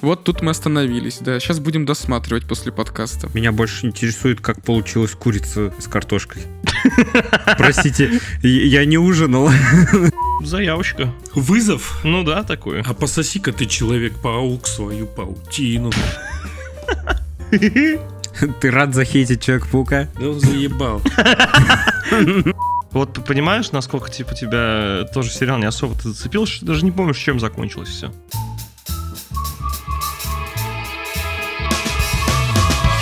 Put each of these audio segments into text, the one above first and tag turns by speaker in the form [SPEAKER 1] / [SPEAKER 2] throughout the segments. [SPEAKER 1] Вот тут мы остановились, да. Сейчас будем досматривать после подкаста.
[SPEAKER 2] Меня больше интересует, как получилась курица с картошкой. Простите, я не ужинал.
[SPEAKER 3] Заявочка.
[SPEAKER 4] Вызов?
[SPEAKER 3] Ну да, такое.
[SPEAKER 4] А пососи-ка ты, Человек-паук, свою паутину.
[SPEAKER 2] Ты рад захейтить Человек-паука?
[SPEAKER 4] Да он заебал.
[SPEAKER 3] Вот ты понимаешь, насколько типа тебя тоже сериал не особо-то зацепил, что даже не помнишь, чем закончилось все.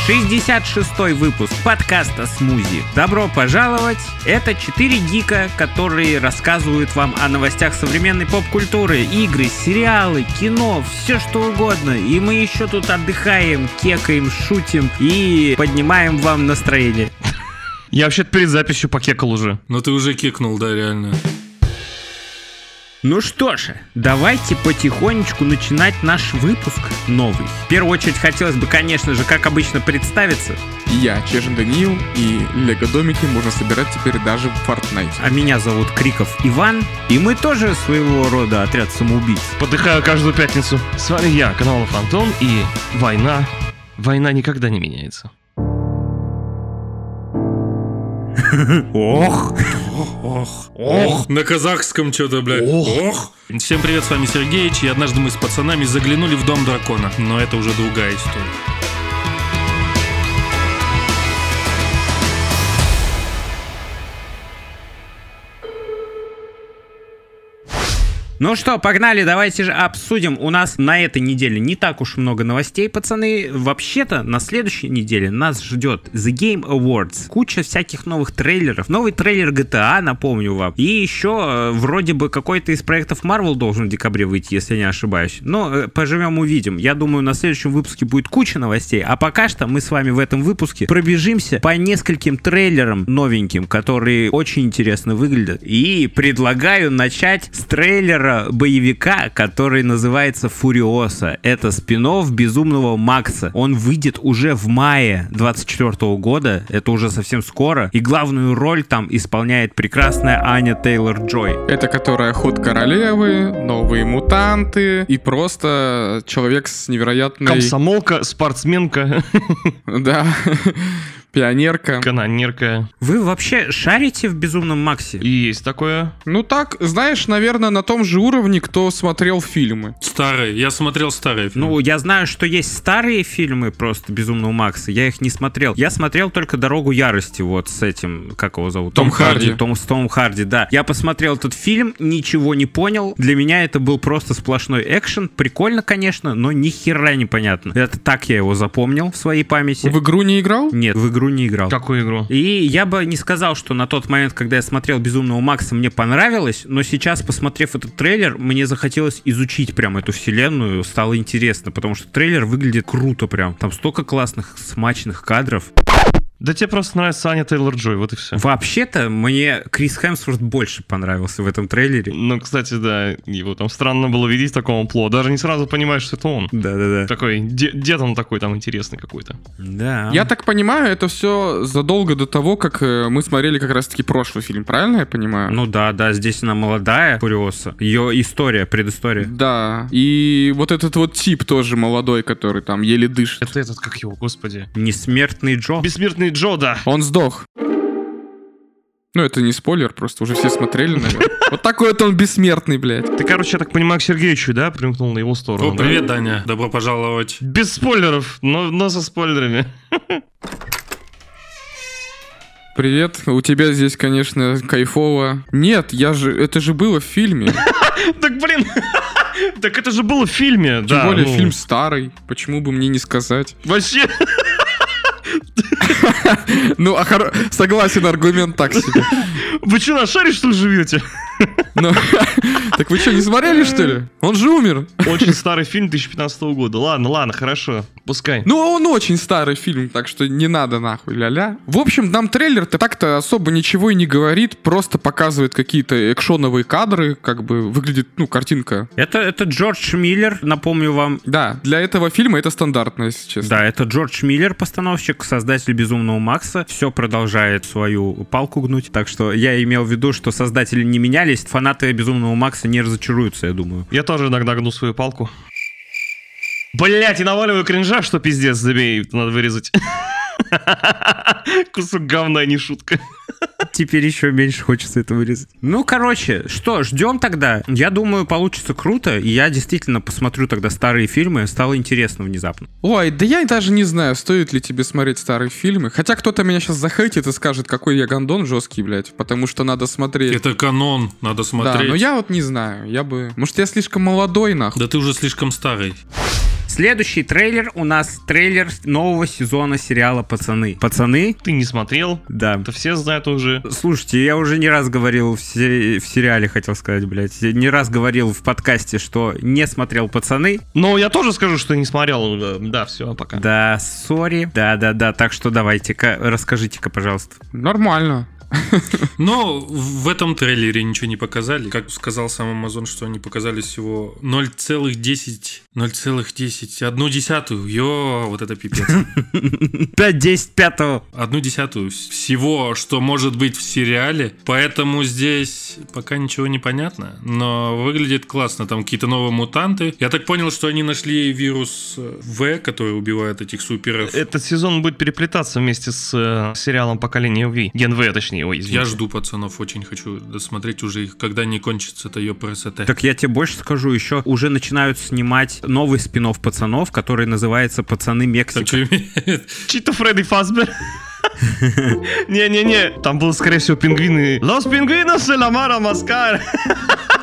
[SPEAKER 2] Шестьдесят шестой выпуск подкаста «Смузи». Добро пожаловать! Это четыре гика, которые рассказывают вам о новостях современной поп-культуры, игры, сериалы, кино, все что угодно. И мы еще тут отдыхаем, кекаем, шутим и поднимаем вам настроение.
[SPEAKER 3] Я вообще-то перед записью покекал уже.
[SPEAKER 4] Но Ну, ты уже кикнул, да, реально.
[SPEAKER 2] Ну что же, давайте потихонечку начинать наш выпуск новый. В первую очередь хотелось бы, конечно же, как обычно, представиться.
[SPEAKER 1] Я, Чежин Даниил, и лего-домики можно собирать теперь даже в Fortnite.
[SPEAKER 2] А меня зовут Криков Иван, и мы тоже своего рода отряд самоубийц.
[SPEAKER 3] Подыхаю каждую пятницу. С вами я, канал Антон, и война. Война никогда не меняется.
[SPEAKER 2] Ох!
[SPEAKER 4] Ох, ох, на казахском что-то, блядь. Ох. Всем привет, с вами Сергеич, и однажды мы с пацанами заглянули в дом дракона. Но это уже другая история.
[SPEAKER 2] Ну что, погнали, давайте же обсудим. У нас на этой неделе не так уж много новостей, пацаны. Вообще-то, на следующей неделе нас ждет The Game Awards. Куча всяких новых трейлеров. Новый трейлер GTA, напомню вам. И еще э, вроде бы какой-то из проектов Marvel должен в декабре выйти, если я не ошибаюсь. Но э, поживем увидим. Я думаю, на следующем выпуске будет куча новостей. А пока что мы с вами в этом выпуске пробежимся по нескольким трейлерам новеньким, которые очень интересно выглядят. И предлагаю начать с трейлера боевика, который называется Фуриоса. Это спин Безумного Макса. Он выйдет уже в мае 24 года. Это уже совсем скоро. И главную роль там исполняет прекрасная Аня Тейлор-Джой.
[SPEAKER 1] Это которая ход королевы, новые мутанты и просто человек с
[SPEAKER 3] Ну
[SPEAKER 1] невероятной...
[SPEAKER 3] Комсомолка, спортсменка,
[SPEAKER 1] Да. Пионерка.
[SPEAKER 3] канонерка.
[SPEAKER 2] Вы вообще шарите в Безумном Максе?
[SPEAKER 3] Есть такое.
[SPEAKER 1] Ну так, знаешь, наверное, на том же уровне, кто смотрел фильмы.
[SPEAKER 4] Старый, я смотрел старый фильм.
[SPEAKER 2] Ну, я знаю, что есть старые фильмы просто Безумного Макса, я их не смотрел. Я смотрел только Дорогу Ярости вот с этим, как его зовут?
[SPEAKER 1] Том Харди.
[SPEAKER 2] Том, с Томом Харди, да. Я посмотрел этот фильм, ничего не понял. Для меня это был просто сплошной экшен. Прикольно, конечно, но ни хера не понятно. Это так я его запомнил в своей памяти.
[SPEAKER 1] В игру не играл?
[SPEAKER 2] Нет, в игру не играл.
[SPEAKER 3] Какую игру?
[SPEAKER 2] И я бы не сказал, что на тот момент, когда я смотрел «Безумного Макса», мне понравилось, но сейчас, посмотрев этот трейлер, мне захотелось изучить прям эту вселенную, стало интересно, потому что трейлер выглядит круто прям. Там столько классных, смачных кадров.
[SPEAKER 3] Да тебе просто нравится Аня Тейлор-Джой, вот и все.
[SPEAKER 2] Вообще-то мне Крис Хемсворт больше понравился в этом трейлере.
[SPEAKER 3] Ну, кстати, да, его там странно было видеть в таком пло. Даже не сразу понимаешь, что это он.
[SPEAKER 2] Да-да-да.
[SPEAKER 3] Такой, де- дед он такой там интересный какой-то.
[SPEAKER 2] Да.
[SPEAKER 1] Я так понимаю, это все задолго до того, как э, мы смотрели как раз-таки прошлый фильм, правильно я понимаю?
[SPEAKER 2] Ну да, да, здесь она молодая, Фуриоса. Ее история, предыстория.
[SPEAKER 1] Да. И вот этот вот тип тоже молодой, который там еле дышит.
[SPEAKER 3] Это этот, как его, господи.
[SPEAKER 2] Несмертный Джо.
[SPEAKER 3] Бессмертный Джо, да.
[SPEAKER 1] Он сдох. Ну, это не спойлер, просто уже все смотрели, наверное. Вот такой вот он бессмертный, блядь.
[SPEAKER 3] Ты, короче, я так понимаю, к Сергеичу, да, примкнул на его сторону.
[SPEAKER 4] О,
[SPEAKER 3] да?
[SPEAKER 4] привет, Даня. Добро пожаловать.
[SPEAKER 3] Без спойлеров, но, но со спойлерами.
[SPEAKER 1] Привет, у тебя здесь, конечно, кайфово. Нет, я же, это же было в фильме.
[SPEAKER 3] Так, блин, так это же было в фильме,
[SPEAKER 1] Тем
[SPEAKER 3] да.
[SPEAKER 1] более
[SPEAKER 3] ну,
[SPEAKER 1] фильм старый, почему бы мне не сказать?
[SPEAKER 3] Вообще,
[SPEAKER 1] Ну, а хоро- согласен, аргумент так себе.
[SPEAKER 3] вы что, на шаре, что ли, живете?
[SPEAKER 1] Ну, Так вы что, не смотрели, что ли? Он же умер.
[SPEAKER 3] Очень старый фильм 2015 года. Ладно, ладно, хорошо, пускай.
[SPEAKER 1] Ну, он очень старый фильм, так что не надо нахуй, ля-ля. В общем, нам трейлер-то так-то особо ничего и не говорит, просто показывает какие-то экшоновые кадры, как бы выглядит, ну, картинка.
[SPEAKER 2] Это, это Джордж Миллер, напомню вам,
[SPEAKER 1] Да, для этого фильма это стандартно, если честно.
[SPEAKER 2] Да, это Джордж Миллер, постановщик, создатель «Безумного Макса». Все продолжает свою палку гнуть. Так что я имел в виду, что создатели не менялись. Фанаты «Безумного Макса» не разочаруются, я думаю.
[SPEAKER 3] Я тоже иногда гну свою палку. Блять, и наваливаю кринжа, что пиздец, забей, надо вырезать. Кусок говна, а не шутка.
[SPEAKER 2] Теперь еще меньше хочется это вырезать. Ну, короче, что, ждем тогда. Я думаю, получится круто. И я действительно посмотрю тогда старые фильмы. Стало интересно внезапно.
[SPEAKER 1] Ой, да я даже не знаю, стоит ли тебе смотреть старые фильмы. Хотя кто-то меня сейчас захейтит и скажет, какой я гондон жесткий, блядь. Потому что надо смотреть.
[SPEAKER 4] Это канон, надо
[SPEAKER 1] да,
[SPEAKER 4] смотреть.
[SPEAKER 1] но я вот не знаю. Я бы... Может, я слишком молодой, нахуй?
[SPEAKER 4] Да ты уже слишком старый.
[SPEAKER 2] Следующий трейлер у нас трейлер нового сезона сериала «Пацаны». «Пацаны»?
[SPEAKER 3] Ты не смотрел,
[SPEAKER 2] Да.
[SPEAKER 3] это все знают уже.
[SPEAKER 2] Слушайте, я уже не раз говорил в, се- в сериале, хотел сказать, блядь. Не раз говорил в подкасте, что не смотрел «Пацаны».
[SPEAKER 3] Но я тоже скажу, что не смотрел. э, Да, все, пока.
[SPEAKER 2] Да, сори. Да-да-да, так что давайте-ка, расскажите-ка, пожалуйста.
[SPEAKER 1] Нормально.
[SPEAKER 4] Но в этом трейлере ничего не показали. Как сказал сам Amazon, что они показали всего 0,10. 0,10. Одну десятую. Йо, вот это пипец.
[SPEAKER 2] 5-10 пятого.
[SPEAKER 4] Одну десятую вс- всего, что может быть в сериале. Поэтому здесь пока ничего не понятно. Но выглядит классно. Там какие-то новые мутанты. Я так понял, что они нашли вирус э, В, который убивает этих суперов.
[SPEAKER 3] Этот сезон будет переплетаться вместе с э, сериалом «Поколение Ви». Ген В, точнее, ой, извините.
[SPEAKER 4] Я жду пацанов, очень хочу досмотреть уже их, когда не кончится это ее просоте.
[SPEAKER 2] Так я тебе больше скажу, еще уже начинают снимать новый спин пацанов, который называется «Пацаны Мексики».
[SPEAKER 3] Чито Фредди Фазбер. Не-не-не, там был, скорее всего, пингвины. Лос пингвинос и ламара маскар.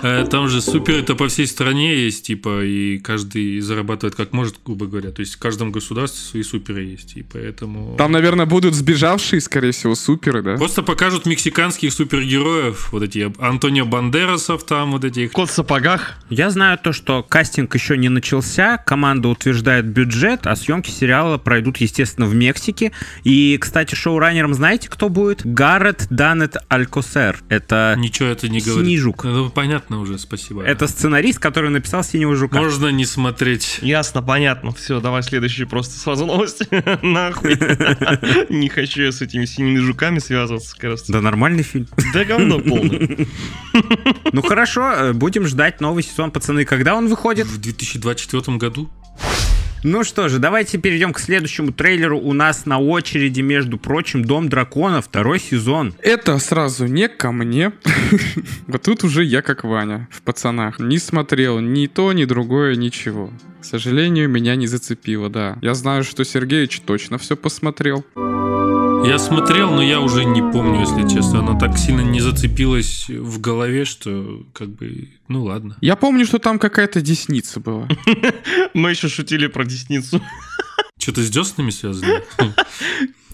[SPEAKER 4] Э, Там же супер это по всей стране есть, типа, и каждый зарабатывает как может, грубо говоря. То есть в каждом государстве свои суперы есть, и поэтому...
[SPEAKER 1] Там, наверное, будут сбежавшие, скорее всего, суперы, да?
[SPEAKER 4] Просто покажут мексиканских супергероев, вот эти Антонио Бандерасов там, вот этих.
[SPEAKER 3] Кот в сапогах.
[SPEAKER 2] Я знаю то, что кастинг еще не начался, команда утверждает бюджет, а съемки сериала пройдут, естественно, в Мексике. И, кстати, шоураннером знаете, кто будет? Гаррет Данет Алькосер. Это,
[SPEAKER 4] Ничего это не говорит.
[SPEAKER 2] Синий жук.
[SPEAKER 4] Ну, понятно уже, спасибо.
[SPEAKER 2] это сценарист, который написал «Синего жука».
[SPEAKER 4] Можно не смотреть.
[SPEAKER 3] Ясно, понятно. Все, давай следующий просто сразу новость. Нахуй. Не хочу я с этими синими жуками связываться, кажется.
[SPEAKER 2] Да нормальный фильм.
[SPEAKER 3] Да говно полное.
[SPEAKER 2] Ну хорошо, э, будем ждать новый сезон, пацаны. Когда он выходит?
[SPEAKER 4] В 2024 году?
[SPEAKER 2] Ну что же, давайте перейдем к следующему трейлеру. У нас на очереди, между прочим, «Дом дракона», второй сезон.
[SPEAKER 1] Это сразу не ко мне. Вот тут уже я как Ваня в пацанах. Не смотрел ни то, ни другое, ничего. К сожалению, меня не зацепило, да. Я знаю, что Сергеич точно все посмотрел.
[SPEAKER 4] Я смотрел, но я уже не помню, если честно. Она так сильно не зацепилась в голове, что как бы... Ну ладно.
[SPEAKER 1] Я помню, что там какая-то десница была.
[SPEAKER 3] Мы еще шутили про десницу.
[SPEAKER 4] Что-то с деснами связано?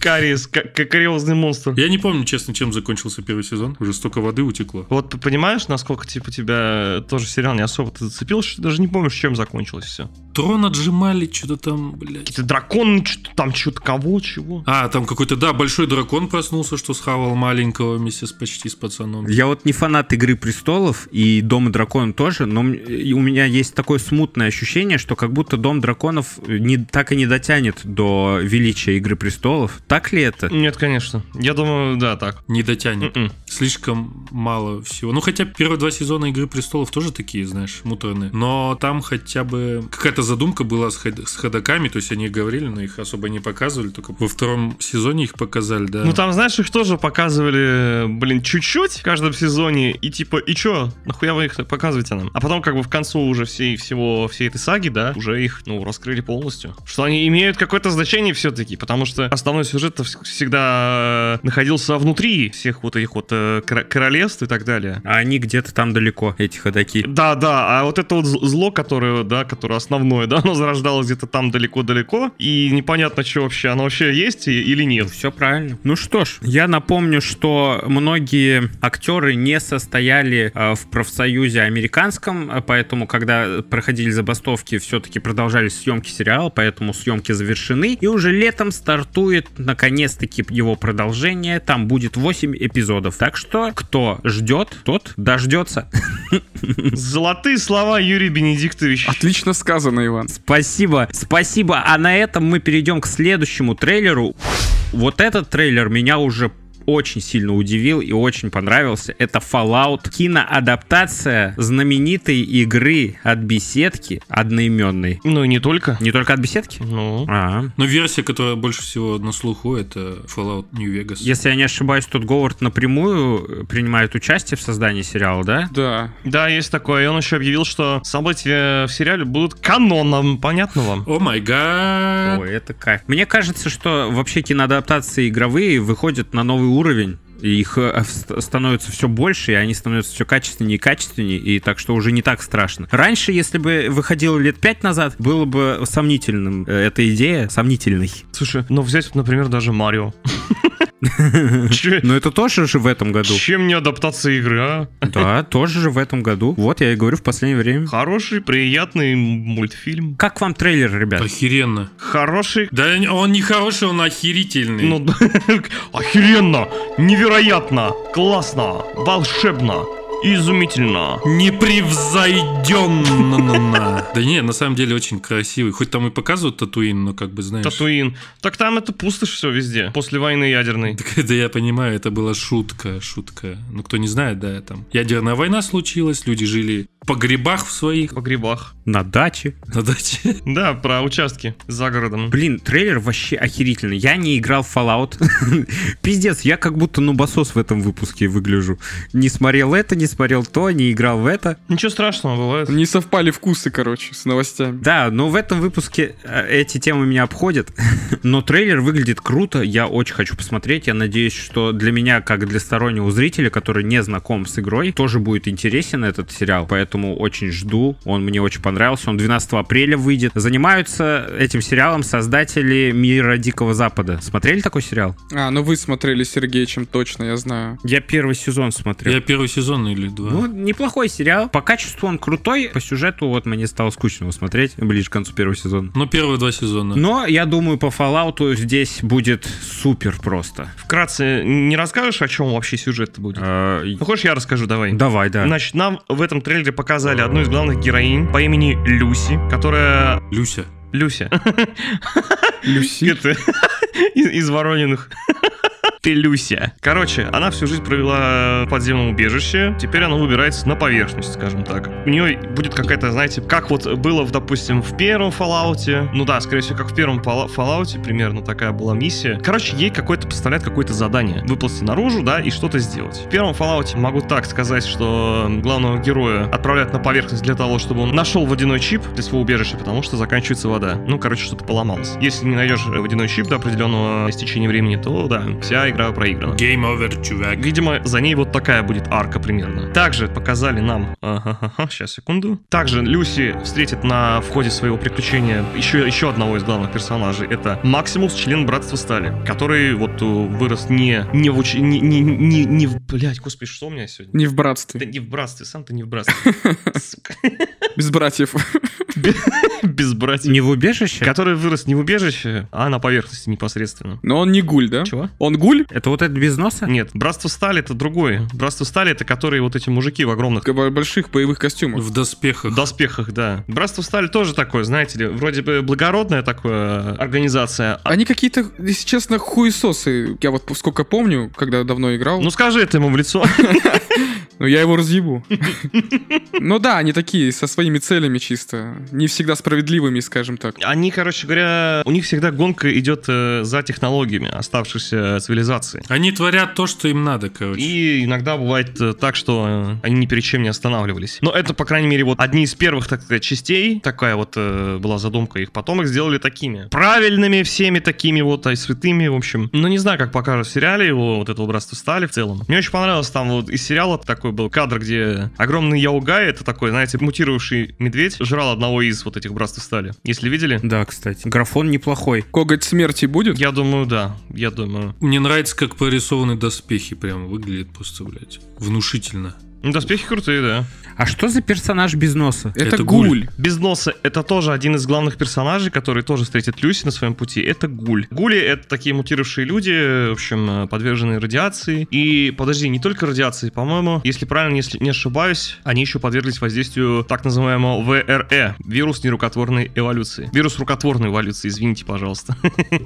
[SPEAKER 3] Кариес, ка- ка- кариозный монстр.
[SPEAKER 4] Я не помню, честно, чем закончился первый сезон. Уже столько воды утекло.
[SPEAKER 3] Вот ты понимаешь, насколько типа тебя тоже сериал не особо ты зацепил, что ты даже не помнишь, чем закончилось все.
[SPEAKER 4] Трон отжимали, что-то там, блядь.
[SPEAKER 3] Какие-то драконы, что-то там, что-то кого, чего.
[SPEAKER 4] А, там какой-то, да, большой дракон проснулся, что схавал маленького вместе с почти с пацаном.
[SPEAKER 2] Я вот не фанат «Игры престолов» и «Дома дракона» тоже, но м- и у меня есть такое смутное ощущение, что как будто «Дом драконов» не, так и не дотянет до величия «Игры престолов». Так ли это?
[SPEAKER 3] Нет, конечно. Я думаю, да, так.
[SPEAKER 4] Не дотянет.
[SPEAKER 3] М-м.
[SPEAKER 4] Слишком мало всего. Ну, хотя первые два сезона «Игры престолов» тоже такие, знаешь, муторные. Но там хотя бы какая-то задумка была с, хед- с ходаками, то есть они говорили, но их особо не показывали, только во втором сезоне их показали, да.
[SPEAKER 3] Ну там, знаешь, их тоже показывали, блин, чуть-чуть в каждом сезоне, и типа, и чё, нахуя вы их показываете нам? А потом, как бы в концу уже всей всего, всей этой саги, да, уже их, ну, раскрыли полностью. Что они имеют какое-то значение все-таки, потому что основной сюжет всегда э, находился внутри всех вот этих вот э, кра- королевств и так далее.
[SPEAKER 2] А они где-то там далеко, эти ходаки.
[SPEAKER 3] Да, да, а вот это вот з- зло, которое, да, которое основное, да, оно зарождалось где-то там далеко-далеко, и непонятно, что вообще, оно вообще есть и- или нет.
[SPEAKER 2] Все правильно. Ну что ж, я напомню, что многие актеры не состояли э, в профсоюзе американском, э, поэтому, когда проходили забастовки, все-таки продолжались съемки сериала, поэтому съемки завершены. И уже летом стартует, наконец-таки, его продолжение. Там будет 8 эпизодов. Так что, кто ждет, тот дождется.
[SPEAKER 3] Золотые слова Юрий Бенедиктович.
[SPEAKER 1] Отлично сказано, Иван.
[SPEAKER 2] Спасибо, спасибо. А на этом мы перейдем к следующему трейлеру. Вот этот трейлер меня уже очень сильно удивил и очень понравился. Это Fallout, киноадаптация знаменитой игры от беседки одноименной.
[SPEAKER 3] Ну и не только.
[SPEAKER 2] Не только от беседки?
[SPEAKER 3] Ну,
[SPEAKER 2] А.
[SPEAKER 4] Но версия, которая больше всего на слуху, это Fallout New Vegas.
[SPEAKER 2] Если я не ошибаюсь, тут Говард напрямую принимает участие в создании сериала, да?
[SPEAKER 1] Да.
[SPEAKER 3] да, есть такое. И он еще объявил, что события в сериале будут каноном, понятно вам?
[SPEAKER 4] О май гад!
[SPEAKER 2] Ой, это кайф. Мне кажется, что вообще киноадаптации игровые выходят на новый уровень. И их э, ст- становится все больше, и они становятся все качественнее и качественнее, и так что уже не так страшно. Раньше, если бы выходило лет пять назад, было бы сомнительным э, эта идея, сомнительной.
[SPEAKER 3] Слушай, ну взять, вот, например, даже Марио. Че-
[SPEAKER 2] Но это тоже же в этом году.
[SPEAKER 3] Чем не адаптация игры, а?
[SPEAKER 2] Да, тоже же в этом году. Вот я и говорю в последнее время.
[SPEAKER 3] Хороший, приятный мультфильм.
[SPEAKER 2] Как вам трейлер, ребят?
[SPEAKER 4] Охеренно.
[SPEAKER 3] Хороший...
[SPEAKER 4] Да он не хороший, он охерительный.
[SPEAKER 3] Ну, охеренно, невероятно, классно, волшебно, изумительно.
[SPEAKER 4] Непревзойденно. Да не, на самом деле очень красивый. Хоть там и показывают Татуин, но как бы знаешь.
[SPEAKER 3] Татуин. Так там это пустошь все везде. После войны ядерной.
[SPEAKER 4] Так, Да я понимаю, это была шутка, шутка. Ну, кто не знает, да, там ядерная война случилась, люди жили в погребах в своих,
[SPEAKER 3] В погребах.
[SPEAKER 2] На даче.
[SPEAKER 4] на даче.
[SPEAKER 3] Да, про участки за городом.
[SPEAKER 2] Блин, трейлер вообще охерительный. Я не играл в Fallout. Пиздец, я как будто нубасос в этом выпуске выгляжу. Не смотрел это, не смотрел то, не играл в это.
[SPEAKER 3] Ничего страшного бывает.
[SPEAKER 1] Не совпали вкусы, короче, с новостями.
[SPEAKER 2] Да, но в этом выпуске э, эти темы меня обходят. Но трейлер выглядит круто, я очень хочу посмотреть. Я надеюсь, что для меня, как для стороннего зрителя, который не знаком с игрой, тоже будет интересен этот сериал. Поэтому очень жду. Он мне очень понравился. Он 12 апреля выйдет. Занимаются этим сериалом создатели «Мира Дикого Запада». Смотрели такой сериал?
[SPEAKER 1] А, ну вы смотрели с Сергеичем точно, я знаю.
[SPEAKER 2] Я первый сезон смотрел.
[SPEAKER 4] Я первый сезон или
[SPEAKER 2] Ну,
[SPEAKER 4] два.
[SPEAKER 2] неплохой сериал. По качеству он крутой, по сюжету вот мне стало скучно его смотреть ближе к концу первого сезона.
[SPEAKER 4] Ну, первые два сезона.
[SPEAKER 2] Но я думаю, по Fallout здесь будет супер просто.
[SPEAKER 3] Вкратце, не расскажешь, о чем вообще сюжет будет?
[SPEAKER 2] Э,
[SPEAKER 3] Ну, хочешь, я расскажу, давай.
[SPEAKER 2] Давай, да.
[SPEAKER 3] Значит, нам в этом трейлере показали одну из главных героинь по имени Люси, которая...
[SPEAKER 4] Люся.
[SPEAKER 3] Люся.
[SPEAKER 1] Люси.
[SPEAKER 3] Это из, из Ворониных. Ты Люся. Короче, она всю жизнь провела в подземном убежище. Теперь она выбирается на поверхность, скажем так. У нее будет какая-то, знаете, как вот было, в, допустим, в первом Fallout. Ну да, скорее всего, как в первом Fallout Fallout примерно такая была миссия. Короче, ей какое-то поставляет какое-то задание. Выползти наружу, да, и что-то сделать. В первом Fallout могу так сказать, что главного героя отправляют на поверхность для того, чтобы он нашел водяной чип для своего убежища, потому что заканчивается вода. Ну, короче, что-то поломалось. Если не найдешь э, водяной чип до определенного истечения времени, то да, вся игра проиграна.
[SPEAKER 4] Game over, чувак.
[SPEAKER 3] Видимо, за ней вот такая будет арка примерно. Также показали нам... Сейчас, секунду. Также Люси встретит на входе своего приключения еще, еще одного из главных персонажей. Это Максимус, член Братства Стали, который вот э, вырос не, не в... уч- Не, не, не, не в... Блядь, господи, что у меня сегодня?
[SPEAKER 1] Не в
[SPEAKER 3] Да
[SPEAKER 1] братстве.
[SPEAKER 3] не в братстве, сам ты не в братстве. Сука.
[SPEAKER 1] Без братьев.
[SPEAKER 3] Без братьев.
[SPEAKER 2] Не в убежище?
[SPEAKER 3] Который вырос не в убежище, а на поверхности непосредственно.
[SPEAKER 1] Но он не гуль, да?
[SPEAKER 3] Чего?
[SPEAKER 1] Он гуль?
[SPEAKER 2] Это вот этот без носа?
[SPEAKER 3] Нет, Братство Стали это другое. Братство Стали это которые вот эти мужики в огромных
[SPEAKER 1] Г- бо- Больших боевых костюмов.
[SPEAKER 4] В доспехах.
[SPEAKER 3] В доспехах, да. Братство Стали тоже такое, знаете ли, вроде бы благородная такая организация. А-
[SPEAKER 1] Они какие-то, если честно, хуесосы. Я вот сколько помню, когда давно играл.
[SPEAKER 3] Ну скажи это ему в лицо.
[SPEAKER 1] Ну, я его разъебу. Ну да, они такие, со своими целями чисто. Не всегда справедливыми, скажем так.
[SPEAKER 3] Они, короче говоря, у них всегда гонка идет э, за технологиями оставшихся э, цивилизации.
[SPEAKER 4] Они творят то, что им надо, короче.
[SPEAKER 3] И иногда бывает э, так, что э, они ни перед чем не останавливались. Но это, по крайней мере, вот одни из первых, так сказать, частей. Такая вот э, была задумка их. Потом их сделали такими. Правильными всеми такими вот, а и святыми, в общем. Но не знаю, как покажут в сериале его, вот этого братства стали в целом. Мне очень понравилось там вот из сериала такой был кадр, где огромный Яугай, это такой, знаете, мутировавший медведь, жрал одного из вот этих братств стали. Если видели?
[SPEAKER 2] Да, кстати. Графон неплохой.
[SPEAKER 1] Коготь смерти будет?
[SPEAKER 3] Я думаю, да. Я думаю.
[SPEAKER 4] Мне нравится, как порисованы доспехи прям выглядит просто, блядь. Внушительно.
[SPEAKER 3] Ну, Доспехи крутые, да.
[SPEAKER 2] А что за персонаж без носа?
[SPEAKER 1] Это,
[SPEAKER 4] Это
[SPEAKER 1] гуль.
[SPEAKER 4] гуль.
[SPEAKER 3] Без носа это тоже один из главных персонажей, который тоже встретит Люси на своем пути. Это гуль. Гули это такие мутировавшие люди, в общем, э, подверженные радиации. И подожди, не только радиации, по-моему, если правильно, если не ошибаюсь, они еще подверглись воздействию так называемого ВРЭ вирус нерукотворной эволюции. Вирус рукотворной эволюции, извините, пожалуйста.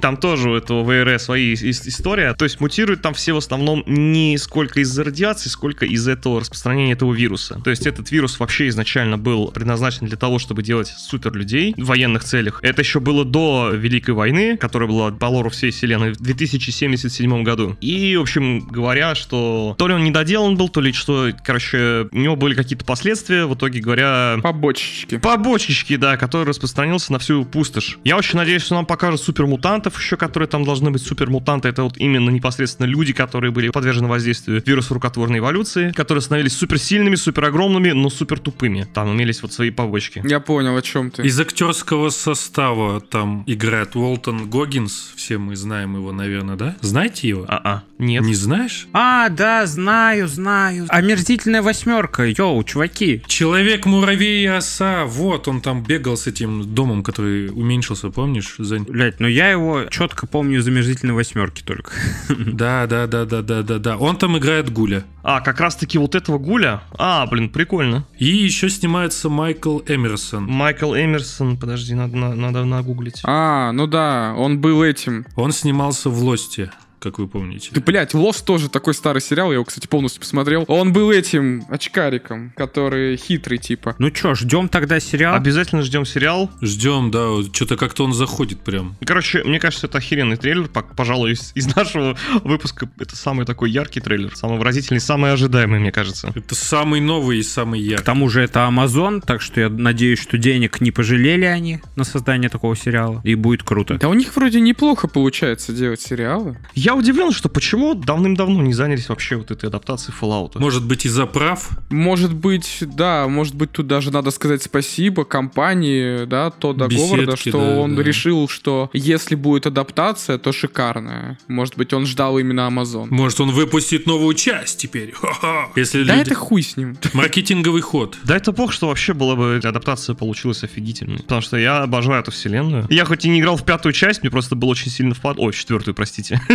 [SPEAKER 3] Там тоже у этого ВРЭ свои ис- ис- история. То есть мутируют там все в основном не сколько из-за радиации, сколько из-за этого распространения этого вируса. То есть этот вирус вообще изначально был предназначен для того, чтобы делать супер людей в военных целях. Это еще было до Великой войны, которая была по лору всей вселенной в 2077 году. И, в общем, говоря, что то ли он недоделан был, то ли что, короче, у него были какие-то последствия. В итоге говоря,
[SPEAKER 1] Побочечки.
[SPEAKER 3] Побочечки, да, который распространился на всю пустошь. Я очень надеюсь, что нам покажут супермутантов еще, которые там должны быть супермутанты. Это вот именно непосредственно люди, которые были подвержены воздействию вируса рукотворной эволюции, которые становились суперсильными, суперогромными, но супер тупыми. Там имелись вот свои побочки.
[SPEAKER 1] Я понял, о чем ты.
[SPEAKER 4] Из актерского состава там играет Уолтон Гоггинс. Все мы знаем его, наверное, да? Знаете его?
[SPEAKER 3] А-а, А, нет.
[SPEAKER 4] Не знаешь?
[SPEAKER 2] А, да, знаю, знаю. Омерзительная восьмерка, йоу, чуваки.
[SPEAKER 4] Человек, муравей и оса. Вот, он там бегал с этим домом, который уменьшился, помнишь, Зань?
[SPEAKER 2] Блять, ну я его четко помню из омерзительной восьмерки только.
[SPEAKER 4] Да, да, да, да, да, да, да. Он там играет Гуля.
[SPEAKER 3] А, как раз-таки вот этого гуля. А, блин, прикольно.
[SPEAKER 4] И еще снимается Майкл Эмерсон.
[SPEAKER 3] Майкл Эмерсон, подожди, надо, на- надо нагуглить.
[SPEAKER 1] А, ну да, он был этим.
[SPEAKER 4] Он снимался в Лосте, как вы помните.
[SPEAKER 1] Ты, блядь, Лос тоже такой старый сериал, я его, кстати, полностью посмотрел. Он был этим очкариком, который хитрый, типа.
[SPEAKER 2] Ну чё, ждем тогда сериал?
[SPEAKER 3] Обязательно ждем сериал.
[SPEAKER 4] Ждем, да, что-то как-то он заходит прям.
[SPEAKER 3] Короче, мне кажется, это охеренный трейлер. пок- Пожалуй, из, из нашего выпуска это самый такой яркий трейлер, самый выразительный, самый ожидаемый, мне кажется.
[SPEAKER 4] Это самый новый и самый
[SPEAKER 2] К
[SPEAKER 4] яркий.
[SPEAKER 2] тому же это Amazon, так что я надеюсь, что денег не пожалели они на создание такого сериала. И будет круто.
[SPEAKER 1] Да у них вроде неплохо получается делать сериалы.
[SPEAKER 3] Я удивлен, что почему давным-давно не занялись вообще вот этой адаптацией Fallout.
[SPEAKER 4] Может быть, из-за прав?
[SPEAKER 1] Может быть, да, может быть, тут даже надо сказать спасибо компании, да, Тодда
[SPEAKER 4] Беседки,
[SPEAKER 1] Говарда, что
[SPEAKER 4] да,
[SPEAKER 1] он
[SPEAKER 4] да.
[SPEAKER 1] решил, что если будет адаптация, то шикарная. Может быть, он ждал именно Amazon.
[SPEAKER 4] Может, он выпустит новую часть теперь? Ха-ха. Если
[SPEAKER 1] Да
[SPEAKER 4] люди-
[SPEAKER 1] это хуй с ним.
[SPEAKER 4] Маркетинговый ход.
[SPEAKER 3] Да это бог, что вообще была бы адаптация получилась офигительной. Потому что я обожаю эту вселенную. Я хоть и не играл в пятую часть, мне просто было очень сильно впадло. Ой, в четвертую, простите.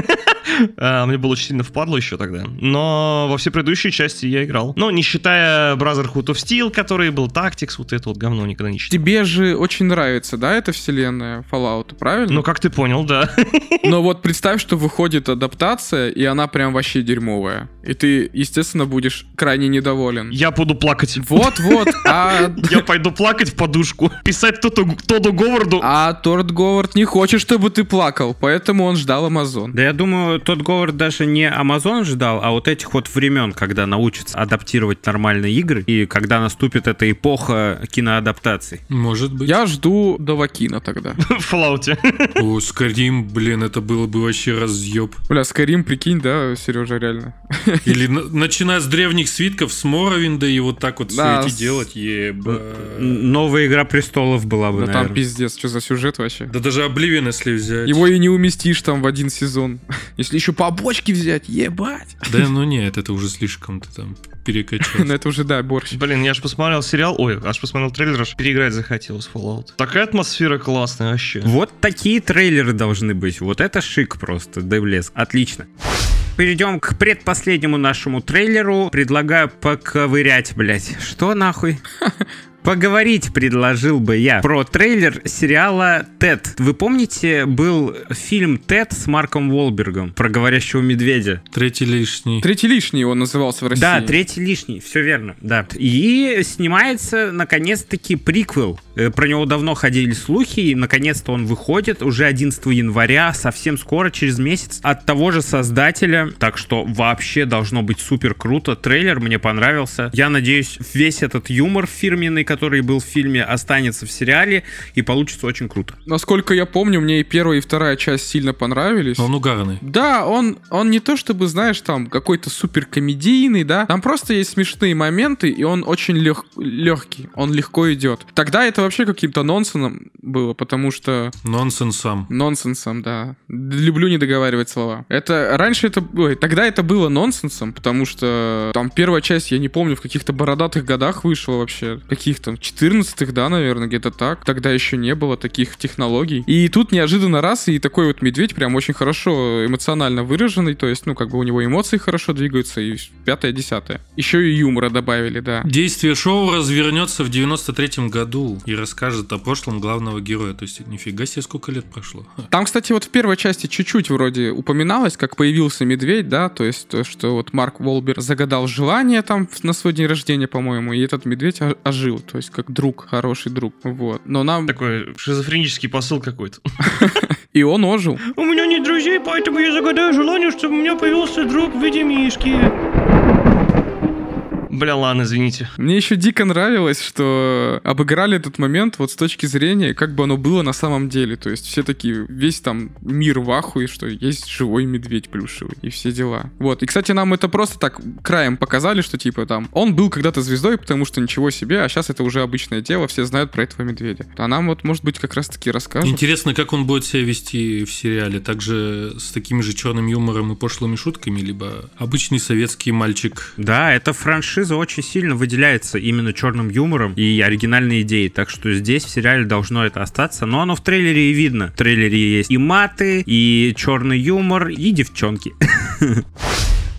[SPEAKER 3] А, Мне было очень сильно впадло еще тогда. Но во все предыдущие части я играл. Ну, не считая Brotherhood of Steel, который был Tactics, вот это вот говно никогда не считал.
[SPEAKER 1] Тебе же очень нравится, да, эта вселенная Fallout, правильно?
[SPEAKER 3] Ну, как ты понял, да.
[SPEAKER 1] Но вот представь, что выходит адаптация, и она прям вообще дерьмовая. И ты, естественно, будешь крайне недоволен.
[SPEAKER 3] Я буду плакать.
[SPEAKER 1] Вот-вот, а...
[SPEAKER 3] Я пойду плакать в подушку. Писать Тоту Тоду Говарду.
[SPEAKER 1] А Торт Говард не хочет, чтобы ты плакал, поэтому он ждал Амазон.
[SPEAKER 2] Да я думаю, тот Говард даже не Amazon ждал, а вот этих вот времен, когда научатся адаптировать нормальные игры, и когда наступит эта эпоха киноадаптаций.
[SPEAKER 4] Может быть.
[SPEAKER 1] Я жду Давакина тогда.
[SPEAKER 3] В Флауте.
[SPEAKER 4] О, Скарим, блин, это было бы вообще разъеб.
[SPEAKER 1] Бля, Скайрим, прикинь, да, Сережа, реально.
[SPEAKER 4] Или на- начиная с древних свитков, с Моровинда, и вот так вот
[SPEAKER 1] Да,
[SPEAKER 4] все эти
[SPEAKER 1] с-
[SPEAKER 4] делать, еба.
[SPEAKER 2] Н- Новая игра престолов была бы,
[SPEAKER 1] Да там
[SPEAKER 2] наверное.
[SPEAKER 1] пиздец, что за сюжет вообще.
[SPEAKER 4] Да даже Обливин, если взять.
[SPEAKER 1] Его и не уместишь там в один сезон. Если еще побочки взять, ебать.
[SPEAKER 4] Да ну нет, это уже слишком ты там перекачал.
[SPEAKER 1] Но это уже, да, борщ.
[SPEAKER 3] Блин, я аж посмотрел сериал, ой, аж посмотрел трейлер, аж переиграть захотелось в Fallout. Такая атмосфера классная вообще.
[SPEAKER 2] Вот такие трейлеры должны быть. Вот это шик просто, да и в лес. Отлично. Перейдем к предпоследнему нашему трейлеру. Предлагаю поковырять, блять. Что нахуй? Поговорить предложил бы я про трейлер сериала «Тед». Вы помните, был фильм «Тед» с Марком Уолбергом про говорящего медведя?
[SPEAKER 4] Третий лишний.
[SPEAKER 1] Третий лишний его назывался в России.
[SPEAKER 2] Да, третий лишний, все верно, да. И снимается, наконец-таки, приквел. Э, Про него давно ходили слухи, и, наконец-то, он выходит уже 11 января, совсем скоро, через месяц, от того же создателя. Так что вообще должно быть супер круто. Трейлер мне понравился. Я надеюсь, весь этот юмор фирменный, который был в фильме, останется в сериале, и получится очень круто.
[SPEAKER 1] Насколько я помню, мне и первая, и вторая часть сильно понравились.
[SPEAKER 4] Он угарный.
[SPEAKER 1] Да, он, он не то чтобы, знаешь, там какой-то супер комедийный, да. Там просто есть смешные моменты, и он очень лег, легкий, он легко идет. Тогда это вообще каким-то нонсеном было, потому что
[SPEAKER 4] Нонсенсом.
[SPEAKER 1] Нонсенсом, да. Люблю не договаривать слова. Это раньше это ой, тогда это было нонсенсом, потому что там первая часть, я не помню, в каких-то бородатых годах вышла вообще. Каких там 14-х, да, наверное, где-то так. Тогда еще не было таких технологий. И тут неожиданно раз, и такой вот медведь прям очень хорошо эмоционально выраженный, то есть, ну, как бы у него эмоции хорошо двигаются, и пятое-десятое. Еще и юмора добавили, да.
[SPEAKER 4] Действие шоу развернется в 93-м году и расскажет о прошлом главного героя. То есть, нифига себе, сколько лет прошло. Ха.
[SPEAKER 1] Там, кстати, вот в первой части чуть-чуть вроде упоминалось, как появился медведь, да, то есть то, что вот Марк Волбер загадал желание там в- на свой день рождения, по-моему, и этот медведь о- ожил, то есть как друг, хороший друг, вот. Но нам...
[SPEAKER 3] Такой шизофренический посыл какой-то.
[SPEAKER 1] И он ожил.
[SPEAKER 3] У меня нет друзей, поэтому я загадаю желание, чтобы у меня появился друг в виде мишки. Бля, ладно, извините.
[SPEAKER 1] Мне еще дико нравилось, что обыграли этот момент вот с точки зрения, как бы оно было на самом деле. То есть все такие, весь там мир в ахуе, что есть живой медведь плюшевый и все дела. Вот. И, кстати, нам это просто так краем показали, что типа там он был когда-то звездой, потому что ничего себе, а сейчас это уже обычное дело, все знают про этого медведя. А нам вот, может быть, как раз-таки расскажут.
[SPEAKER 4] Интересно, как он будет себя вести в сериале? Также с таким же черным юмором и пошлыми шутками, либо обычный советский мальчик.
[SPEAKER 2] Да, эта франшиза очень сильно выделяется именно черным юмором и оригинальной идеей, так что здесь в сериале должно это остаться, но оно в трейлере и видно. В трейлере есть и маты, и черный юмор, и девчонки.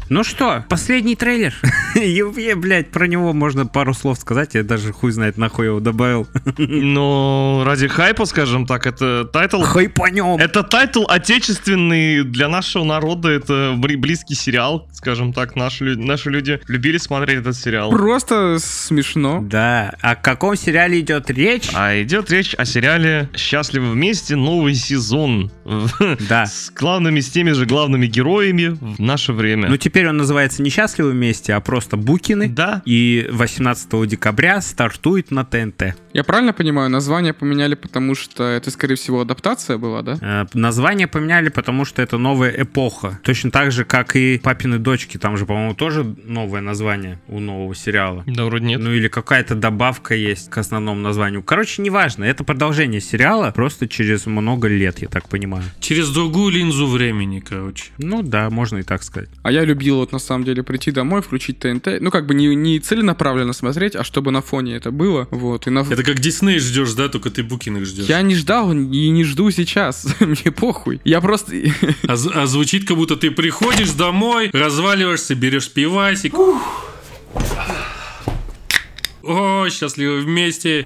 [SPEAKER 2] Ну что, последний трейлер. Е, блядь, про него можно пару слов сказать, я даже хуй знает, нахуй его добавил.
[SPEAKER 3] Но ради хайпа, скажем так, это тайтл...
[SPEAKER 2] Хайпанем.
[SPEAKER 3] Это тайтл отечественный для нашего народа, это бли- близкий сериал, скажем так, наши, лю- наши люди любили смотреть этот сериал.
[SPEAKER 1] Просто смешно.
[SPEAKER 2] Да, о каком сериале идет речь?
[SPEAKER 3] А идет речь о сериале «Счастливы вместе. Новый сезон».
[SPEAKER 2] Да.
[SPEAKER 3] С главными, с теми же главными героями в наше время.
[SPEAKER 2] Ну теперь он называется не «Счастливы вместе», а просто «Букины».
[SPEAKER 3] да.
[SPEAKER 2] И 18 декабря стартует на ТНТ.
[SPEAKER 1] Я правильно понимаю, название поменяли, потому что это, скорее всего, адаптация была, да?
[SPEAKER 2] Э, Название поменяли, потому что это новая эпоха. Точно так же, как и «Папины дочки». Там же, по-моему, тоже новое название у нового сериала.
[SPEAKER 3] Да, вроде нет.
[SPEAKER 2] Ну или какая-то добавка есть к основному названию. Короче, неважно. Это продолжение сериала, просто через много лет, я так понимаю.
[SPEAKER 4] Через другую линзу времени, короче.
[SPEAKER 2] Ну да, можно и так сказать.
[SPEAKER 1] А я любил вот на самом деле прийти домой, включить ТНТ. Ну, как бы не, не целенаправленно смотреть, а чтобы на фоне это было. Вот. И на...
[SPEAKER 4] Это как Дисней ждешь, да, только ты Букиных ждешь.
[SPEAKER 1] Я не ждал и не жду сейчас. Мне похуй. Я просто...
[SPEAKER 4] А, з- а звучит, как будто ты приходишь домой, разваливаешься, берешь пивасик. О, счастливы вместе.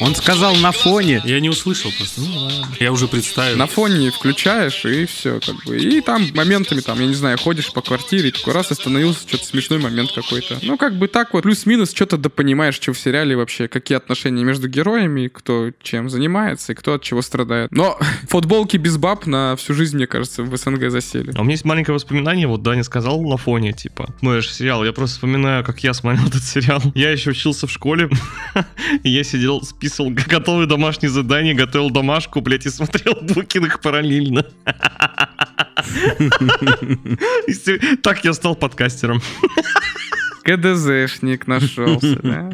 [SPEAKER 2] Он сказал на фоне.
[SPEAKER 4] Я не услышал просто. Ну ладно. Я уже представил.
[SPEAKER 1] на фоне включаешь, и все, как бы. И там моментами, там, я не знаю, ходишь по квартире, и такой раз остановился, что-то смешной момент какой-то. Ну, как бы так вот, плюс-минус, что-то допонимаешь, что в сериале вообще, какие отношения между героями, кто чем занимается, и кто от чего страдает. Но футболки без баб на всю жизнь, мне кажется, в СНГ засели.
[SPEAKER 3] А у меня есть маленькое воспоминание, вот Даня сказал на фоне, типа, смотришь сериал, я просто вспоминаю, как я смотрел этот сериал. Я еще учился в школе, и я сидел, списывал готовые домашние задания, готовил домашку, блядь, и смотрел Букиных параллельно. И се- Так я стал подкастером.
[SPEAKER 1] КДЗшник нашелся, да?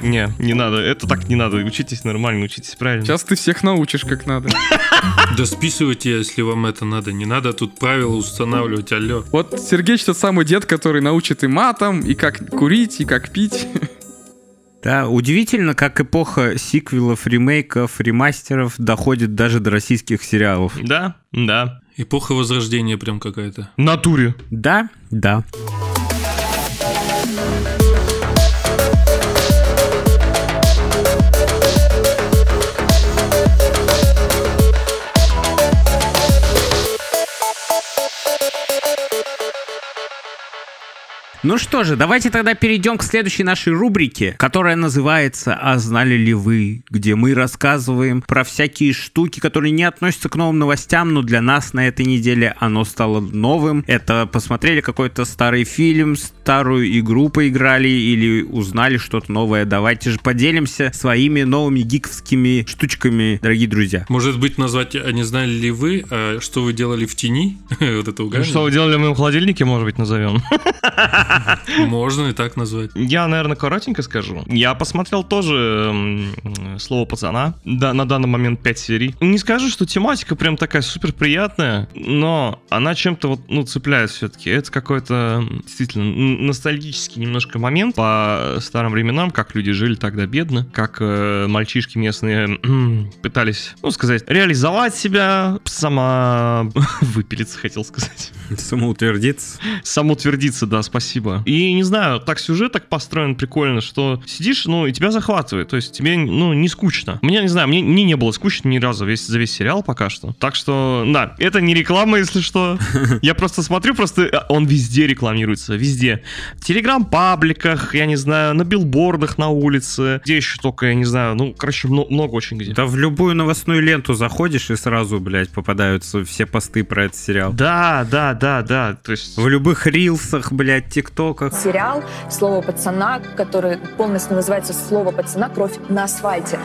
[SPEAKER 3] Не, не надо, это так не надо, учитесь нормально, учитесь правильно.
[SPEAKER 1] Сейчас ты всех научишь как надо.
[SPEAKER 4] Да списывайте, если вам это надо. Не надо тут правила устанавливать, алло.
[SPEAKER 1] Вот Сергеич тот самый дед, который научит и матом, и как курить, и как пить.
[SPEAKER 2] Да, удивительно, как эпоха сиквелов, ремейков, ремастеров доходит даже до российских сериалов.
[SPEAKER 3] Да, да.
[SPEAKER 4] Эпоха возрождения прям какая-то.
[SPEAKER 3] В Натуре.
[SPEAKER 2] Да, да. Ну что же, давайте тогда перейдем к следующей нашей рубрике, которая называется «А знали ли вы?», где мы рассказываем про всякие штуки, которые не относятся к новым новостям, но для нас на этой неделе оно стало новым. Это посмотрели какой-то старый фильм, старую игру поиграли или узнали что-то новое. Давайте же поделимся своими новыми гиковскими штучками, дорогие друзья.
[SPEAKER 4] Может быть, назвать, а не знали ли вы, а, что вы делали в тени? Вот это
[SPEAKER 3] Что
[SPEAKER 4] угадание.
[SPEAKER 3] вы делали в моем холодильнике, может быть, назовем.
[SPEAKER 4] Можно и так назвать.
[SPEAKER 3] Я, наверное, коротенько скажу. Я посмотрел тоже м, слово пацана. Да, на данный момент 5 серий. Не скажу, что тематика прям такая супер приятная, но она чем-то вот, ну, цепляет все-таки. Это какой-то м, действительно н- ностальгический немножко момент по старым временам, как люди жили тогда бедно, как э, мальчишки местные м, пытались, ну, сказать, реализовать себя, сама выпилиться, хотел сказать.
[SPEAKER 2] Самоутвердиться.
[SPEAKER 3] Самоутвердиться, да, спасибо. И не знаю, так сюжет так построен прикольно, что сидишь, ну, и тебя захватывает. То есть тебе, ну, не скучно. Мне, не знаю, мне, мне не было скучно ни разу весь, за весь сериал пока что. Так что, да, это не реклама, если что. Я просто смотрю, просто э, он везде рекламируется, везде. В телеграм-пабликах, я не знаю, на билбордах на улице. Где еще только, я не знаю, ну, короче, мно- много очень где.
[SPEAKER 2] Да в любую новостную ленту заходишь и сразу, блядь, попадаются все посты про этот сериал.
[SPEAKER 3] Да, да, да, да. То есть...
[SPEAKER 2] В любых рилсах, блядь, тиктоках.
[SPEAKER 5] сериал «Слово пацана», который полностью называется «Слово пацана. Кровь на асфальте».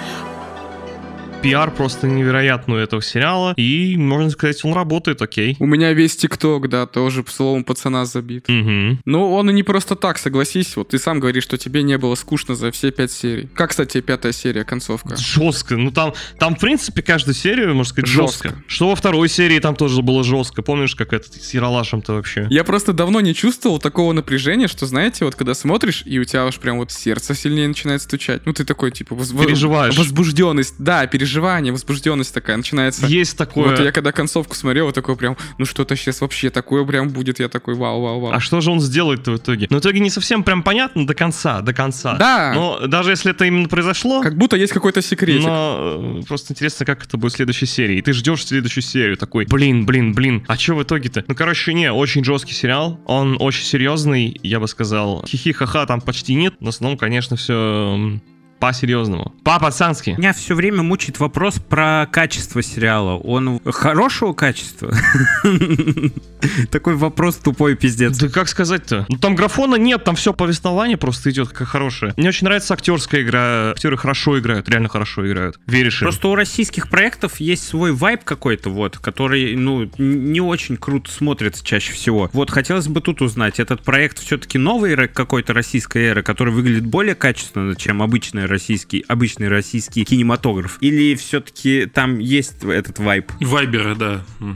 [SPEAKER 3] пиар просто невероятный у этого сериала. И, можно сказать, он работает, окей.
[SPEAKER 1] У меня весь ТикТок, да, тоже словом пацана забит.
[SPEAKER 3] Угу.
[SPEAKER 1] Но он и не просто так, согласись. Вот ты сам говоришь, что тебе не было скучно за все пять серий. Как, кстати, пятая серия, концовка?
[SPEAKER 3] Жестко. Ну там, там, в принципе, каждую серию, можно сказать, жестко.
[SPEAKER 1] Жестко.
[SPEAKER 3] Что во второй серии там тоже было жестко. Помнишь, как это с Яралашем-то вообще?
[SPEAKER 1] Я просто давно не чувствовал такого напряжения, что, знаете, вот когда смотришь, и у тебя уж прям вот сердце сильнее начинает стучать. Ну, ты такой, типа, воз-
[SPEAKER 3] Переживаешь.
[SPEAKER 1] Возбужденность. Да, переживание, возбужденность такая начинается.
[SPEAKER 3] Есть такое.
[SPEAKER 1] Вот я когда концовку смотрел, вот такой прям, ну что-то сейчас вообще такое прям будет, я такой вау, вау, вау.
[SPEAKER 3] А что же он сделает-то в итоге? Но в итоге не совсем прям понятно до конца, до конца.
[SPEAKER 1] Да.
[SPEAKER 3] Но даже если это именно произошло,
[SPEAKER 1] Как будто есть какой-то секретик.
[SPEAKER 3] но э, просто интересно, как это будет в следующей серии. И ты ждешь следующую серию такой, блин, блин, блин, а что в итоге-то? Ну, короче, не, очень жесткий сериал, он очень серьезный, я бы сказал. Хихи-ха-ха там почти нет, но в основном, конечно, все по-серьезному. По-пацански.
[SPEAKER 2] Меня все время мучает вопрос про качество сериала. Он хорошего качества? Такой вопрос тупой пиздец.
[SPEAKER 3] Да как сказать-то? Ну там графона нет, там все повествование просто идет как хорошее. Мне очень нравится актерская игра. Актеры хорошо играют, реально хорошо играют. Веришь им.
[SPEAKER 2] Просто у российских проектов есть свой вайб какой-то, вот, который, ну, н- не очень круто смотрится чаще всего. Вот хотелось бы тут узнать, этот проект все-таки новой эры какой-то российской эры, который выглядит более качественно, чем обычный российский, обычный российский кинематограф? Или все-таки там есть этот вайб?
[SPEAKER 4] Вайбера, да. М.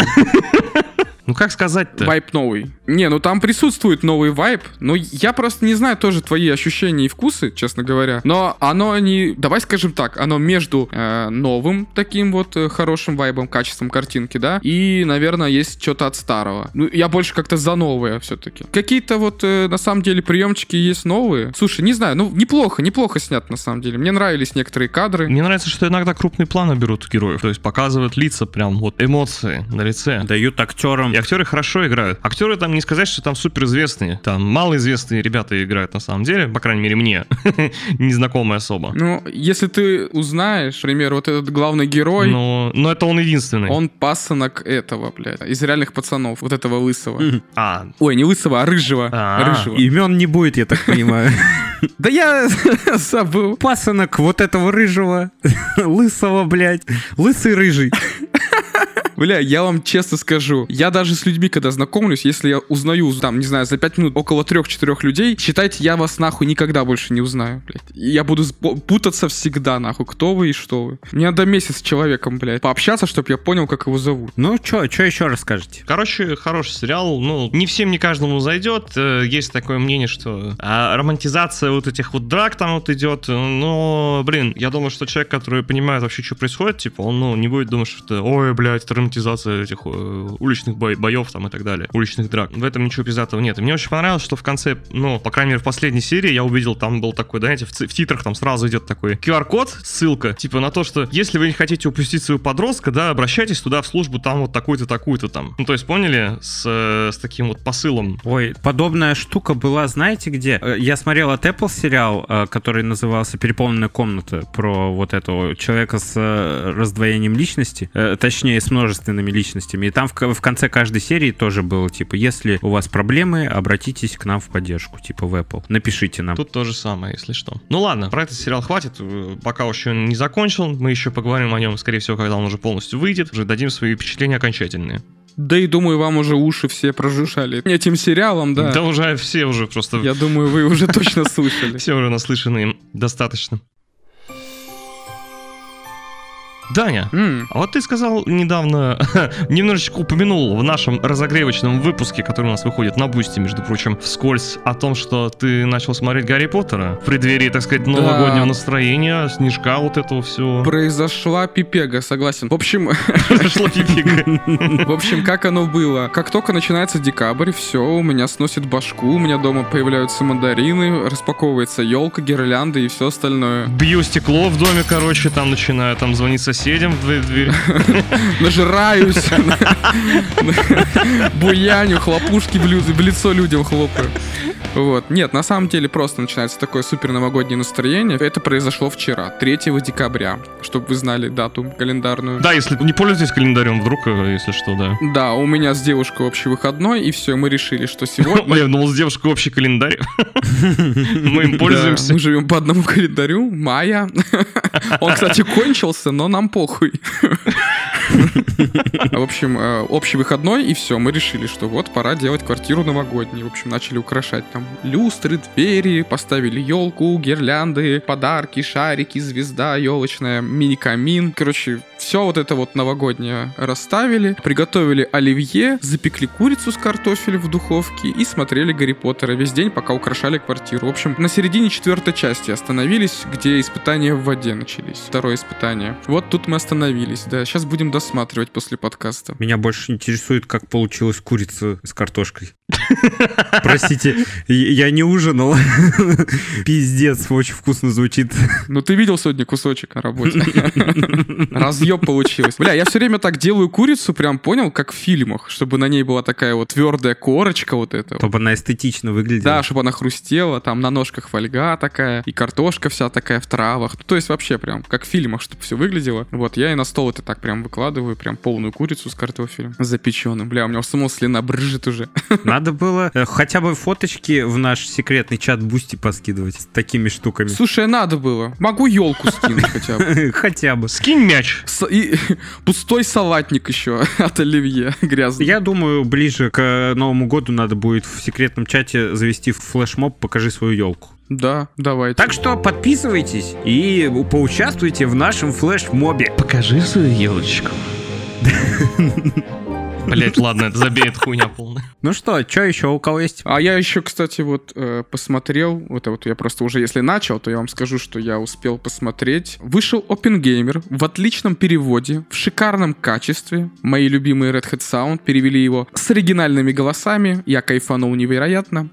[SPEAKER 3] Ну как сказать-то?
[SPEAKER 1] Вайп новый. Не, ну там присутствует новый вайп, но я просто не знаю тоже твои ощущения и вкусы, честно говоря. Но оно не... Давай скажем так, оно между э, новым таким вот э, хорошим вайбом, качеством картинки, да, и, наверное, есть что-то от старого. Ну, я больше как-то за новое все-таки. Какие-то вот, э, на самом деле, приемчики есть новые. Слушай, не знаю, ну, неплохо, неплохо снят, на самом деле. Мне нравились некоторые кадры.
[SPEAKER 3] Мне нравится, что иногда крупные планы берут героев. То есть показывают лица прям, вот эмоции на лице.
[SPEAKER 2] Дают актерам
[SPEAKER 3] И актеры хорошо играют. Актеры там не сказать, что там суперизвестные. Там малоизвестные ребята играют на самом деле. По крайней мере мне. Незнакомые особо.
[SPEAKER 1] Ну, если ты узнаешь, например, вот этот главный герой,
[SPEAKER 3] Но, но это он единственный.
[SPEAKER 1] Он пасынок этого, блядь, из реальных пацанов, вот этого лысого.
[SPEAKER 2] Мгм.
[SPEAKER 3] А,
[SPEAKER 1] Ой, не лысого, а рыжего.
[SPEAKER 3] А,
[SPEAKER 1] Рыжего.
[SPEAKER 2] Имен не будет, я так понимаю.
[SPEAKER 1] Да я забыл.
[SPEAKER 2] Пасынок вот этого рыжего, лысого, блядь, лысый рыжий.
[SPEAKER 1] Бля, я вам честно скажу, я даже с людьми, когда знакомлюсь, если я узнаю, там, не знаю, за 5 минут около 3-4 людей, считайте, я вас нахуй никогда больше не узнаю, блядь. И Я буду сбо- путаться всегда, нахуй, кто вы и что вы. Мне надо месяц с человеком, блядь, пообщаться, чтобы я понял, как его зовут.
[SPEAKER 2] Ну, чё, чё еще расскажете?
[SPEAKER 3] Короче, хороший сериал. Ну, не всем, не каждому зайдет. Э, Есть такое мнение, что а, романтизация вот этих вот драк там вот идет. Но, блин, я думаю, что человек, который понимает вообще, что происходит, типа, он, ну, не будет думать, что это, ой, блядь, это романтизация этих э, уличных бо- боев там и так далее, уличных драк. В этом ничего без этого нет. И мне очень понравилось, что в конце, ну, по крайней мере, в последней серии я увидел, там был такой, знаете, в, ци- в титрах там сразу идет такой QR-код, ссылка, типа на то, что если вы не хотите упустить своего подростка, да, обращайтесь туда в службу, там вот такую-то, такую-то там. Ну, то есть, поняли, с, э, с таким вот посылом.
[SPEAKER 2] Ой, подобная штука была, знаете где? Э, Я смотрел от Apple сериал, э, который назывался «Переполненная комната», про вот этого человека с э, раздвоением личности, э, точнее, с множественными личностями. И там в, ко- в конце каждой серии тоже было, типа, если у вас проблемы, обратитесь к нам в поддержку, типа в Apple. Напишите нам.
[SPEAKER 3] Тут то же самое, если что. Ну ладно, про этот сериал хватит, э, пока еще он не закончил. Мы еще поговорим о нем, скорее всего, когда он уже полностью выйдет. Уже дадим свои впечатления окончательные.
[SPEAKER 1] Да и думаю, вам уже уши все прожужжали этим сериалом, да.
[SPEAKER 3] Да уже все уже просто...
[SPEAKER 1] Я думаю, вы уже точно слышали.
[SPEAKER 3] Все уже наслышаны им достаточно. Даня,
[SPEAKER 1] М,
[SPEAKER 3] а вот ты сказал недавно, немножечко упомянул в нашем разогревочном выпуске, который у нас выходит на Бусти, между прочим, вскользь о том, что ты начал смотреть Гарри Поттера в преддверии, так сказать, новогоднего настроения, снежка вот этого всего.
[SPEAKER 1] Произошла пипега, согласен. В общем,
[SPEAKER 3] Произошла пипика.
[SPEAKER 1] в общем, как оно было. Как только начинается декабрь, все, у меня сносит башку, у меня дома появляются мандарины, распаковывается елка, гирлянды и все остальное.
[SPEAKER 3] Бью стекло в доме, короче, там начинаю там звонить соседям в дверь- дверь.
[SPEAKER 1] Нажираюсь. Буяню, хлопушки в лю- в лицо людям хлопаю. Вот. Нет, на самом деле просто начинается такое супер новогоднее настроение. Это произошло вчера, 3 декабря, чтобы вы знали дату календарную.
[SPEAKER 3] Да, если не пользуйтесь календарем вдруг, э, если что, да.
[SPEAKER 1] Да, у меня с девушкой общий выходной, и все, мы решили, что сегодня...
[SPEAKER 3] Блин, ну с девушкой общий календарь. Мы им
[SPEAKER 1] Да,
[SPEAKER 3] пользуемся.
[SPEAKER 1] мы живем по одному календарю, мая. Он, кстати, кончился, но нам похуй. В общем, э, общий выходной, и все, мы решили, что вот, пора делать квартиру новогоднюю. В общем, начали украшать там люстры, двери, поставили елку, гирлянды, подарки, шарики, звезда елочная, мини-камин. Короче, все вот это вот новогоднее расставили, приготовили оливье, запекли курицу с картофелем в духовке и смотрели Гарри Поттера весь день, пока украшали квартиру. В общем, на середине четвертой части остановились, где испытания в воде начались. Второе испытание. Вот тут мы остановились, да. Сейчас будем досматривать после подкаста.
[SPEAKER 2] Меня больше интересует, как получилась курица с картошкой. Простите, я я не ужинал. Пиздец, очень вкусно звучит.
[SPEAKER 1] Ну ты видел сегодня кусочек на работе? Разъеб получилось. Бля, я все время так делаю курицу, прям понял, как в фильмах, чтобы на ней была такая вот твердая корочка вот эта. вот.
[SPEAKER 2] Чтобы она эстетично
[SPEAKER 1] Да,
[SPEAKER 2] выглядела.
[SPEAKER 1] чтобы она хрустела, там на ножках фольга такая, и картошка вся такая в травах. Ну, то есть вообще прям как в фильмах, чтобы все выглядело. Вот я и на стол это так прям выкладываю, прям полную курицу с картофелем запеченным. Бля, у меня у самого слюна брыжет уже.
[SPEAKER 2] Надо было э, хотя бы фоточки в наш секретный чат Бусти поскидывать с такими штуками.
[SPEAKER 1] Слушай, а надо было. Могу елку скинуть хотя бы.
[SPEAKER 2] Хотя бы.
[SPEAKER 3] Скинь мяч.
[SPEAKER 1] С- и пустой салатник еще от оливье грязный.
[SPEAKER 2] Я думаю, ближе к Новому году надо будет в секретном чате завести флешмоб «Покажи свою елку».
[SPEAKER 1] Да, давайте.
[SPEAKER 2] Так что подписывайтесь и поучаствуйте в нашем флешмобе.
[SPEAKER 3] Покажи свою елочку. Блять, ладно, это забей, это хуйня полная.
[SPEAKER 2] Ну что, что еще у кого есть?
[SPEAKER 1] А я еще, кстати, вот э, посмотрел, вот, вот я просто уже, если начал, то я вам скажу, что я успел посмотреть. Вышел Опенгеймер в отличном переводе, в шикарном качестве. Мои любимые Red Hat Sound перевели его с оригинальными голосами. Я кайфанул невероятно.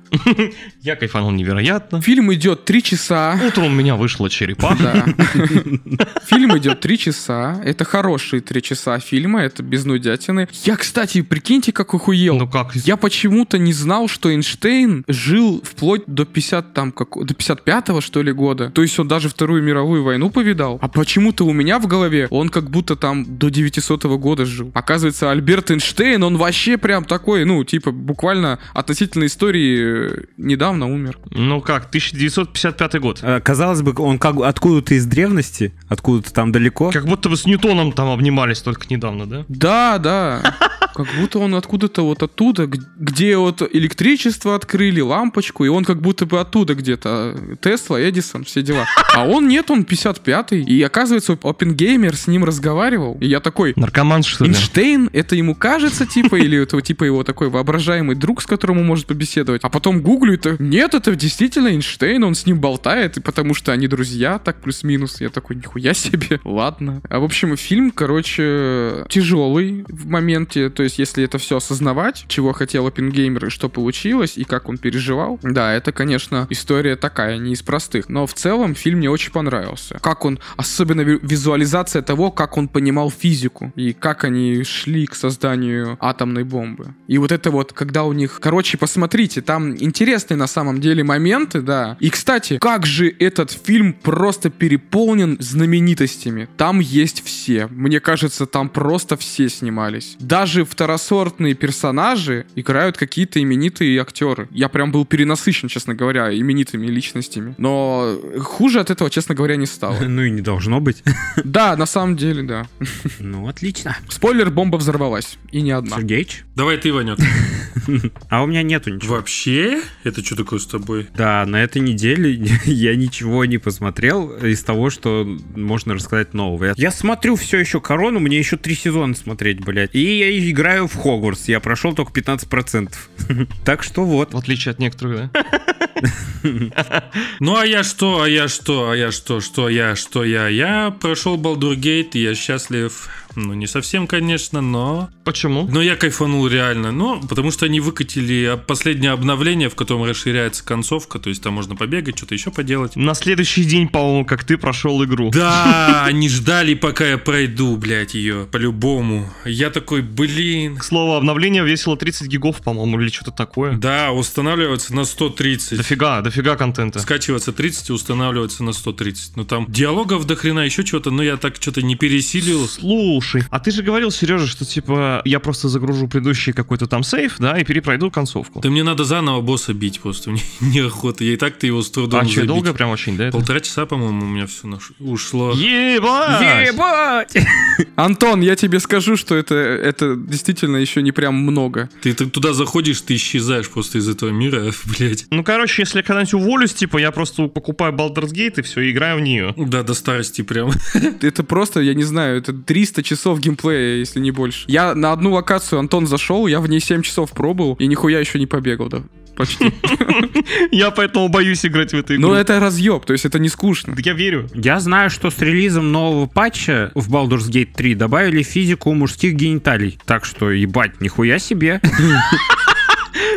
[SPEAKER 3] Я кайфанул невероятно.
[SPEAKER 1] Фильм идет 3 часа.
[SPEAKER 3] Утром у меня вышла черепаха.
[SPEAKER 1] Да. Фильм идет три часа. Это хорошие три часа фильма, это без нудятины. Я, кстати, прикиньте, как охуел.
[SPEAKER 3] Ну как?
[SPEAKER 1] Я почему-то не знал, что Эйнштейн жил вплоть до 50 там как до 55 что ли года. То есть он даже Вторую мировую войну повидал. А почему-то у меня в голове он как будто там до 900 года жил. Оказывается, Альберт Эйнштейн, он вообще прям такой, ну, типа, буквально относительно истории э, недавно умер.
[SPEAKER 3] Ну как, 1955 год.
[SPEAKER 2] Э, Казалось бы, он как откуда-то из древности, откуда-то там далеко.
[SPEAKER 3] Как будто вы с Ньютоном там обнимались только недавно, да?
[SPEAKER 1] Да, да. Как будто он откуда-то вот оттуда, г- где вот электричество открыли, лампочку, и он как будто бы оттуда где-то. э, Тесла, Эдисон, все дела. А он нет, он 55-й. И оказывается, Опенгеймер с ним разговаривал. И я такой,
[SPEAKER 3] Наркоман, что ли?
[SPEAKER 1] Эйнштейн, это ему кажется, типа, или это типа его такой воображаемый друг, с которым он может побеседовать. А потом гуглю это. Нет, это действительно Эйнштейн, он с ним болтает, и потому что они друзья, так плюс-минус. Я такой, нихуя себе. Ладно. А в общем, фильм, короче, тяжелый в моменте. То есть, если это все осознавать, чего хотел Оппенгеймер и что получилось, и как он переживал. Да, это, конечно, история такая, не из простых. Но в целом фильм мне очень понравился. Как он, особенно ви- визуализация того, как он понимал физику и как они шли к созданию атомной бомбы. И вот это вот, когда у них... Короче, посмотрите, там интересные на самом деле моменты, да. И, кстати, как же этот фильм просто переполнен знаменитостями. Там есть все. Мне кажется, там просто все снимались. Даже в второсортные персонажи играют какие-то именитые актеры. Я прям был перенасыщен, честно говоря, именитыми личностями. Но хуже от этого, честно говоря, не стало.
[SPEAKER 2] Ну и не должно быть.
[SPEAKER 1] Да, на самом деле, да.
[SPEAKER 2] Ну, отлично.
[SPEAKER 1] Спойлер, бомба взорвалась. И не одна.
[SPEAKER 2] Сергеич?
[SPEAKER 4] Давай ты, Ванек.
[SPEAKER 2] А у меня нету ничего.
[SPEAKER 4] Вообще? Это что такое с тобой?
[SPEAKER 2] Да, на этой неделе я ничего не посмотрел из того, что можно рассказать нового. Я- Я смотрю все еще корону, мне еще три сезона смотреть, блядь. И я играю в Хогвартс, я прошел только 15%. Так что вот.
[SPEAKER 3] В отличие от некоторых, да?
[SPEAKER 4] Ну а я что, а я что, а я что, что я, что я? Я прошел Балдургейт, и я счастлив. Ну, не совсем, конечно, но...
[SPEAKER 3] Почему?
[SPEAKER 4] Но я кайфанул реально. Ну, потому что они выкатили а, последнее обновление, в котором расширяется концовка, то есть там можно побегать, что-то еще поделать.
[SPEAKER 3] На следующий день, по-моему, как ты прошел игру.
[SPEAKER 4] Да, они ждали, пока я пройду, блядь, ее, по-любому. Я такой, блин,
[SPEAKER 3] К слову, обновление весило 30 гигов, по-моему, или что-то такое.
[SPEAKER 4] Да, устанавливается на 130.
[SPEAKER 3] Дофига, дофига контента.
[SPEAKER 4] Скачивается 30 и устанавливается на 130. Ну там диалогов до хрена, еще чего-то, но я так что-то не пересилил.
[SPEAKER 3] Слушай, а ты же говорил, Сережа, что типа я просто загружу предыдущий какой-то там сейф, да, и перепройду концовку.
[SPEAKER 4] Да мне надо заново босса бить просто, мне неохота. Я и так-то его с трудом
[SPEAKER 3] а что,
[SPEAKER 4] забить.
[SPEAKER 3] долго прям очень, да? это?
[SPEAKER 4] Полтора часа, по-моему, у меня все ушло.
[SPEAKER 3] Ебать!
[SPEAKER 2] Ебать!
[SPEAKER 1] Антон, я тебе скажу, что это, это действительно еще не прям много.
[SPEAKER 4] Ты, ты туда заходишь, ты исчезаешь просто из этого мира, блядь.
[SPEAKER 3] Ну, короче, если я когда-нибудь уволюсь, типа, я просто покупаю Baldur's Gate и все, играю в нее.
[SPEAKER 4] Да, до старости прям.
[SPEAKER 1] Это просто, я не знаю, это 300 часов геймплея, если не больше. Я на одну локацию, Антон, зашел, я в ней 7 часов пробовал, и нихуя еще не побегал, да. Почти.
[SPEAKER 3] Я поэтому боюсь играть в эту игру.
[SPEAKER 1] Но Ну, это разъеб, то есть это не скучно.
[SPEAKER 3] Да я верю.
[SPEAKER 2] Я знаю, что с релизом нового патча в Baldur's Gate 3 добавили физику мужских гениталий. Так что, ебать, нихуя себе.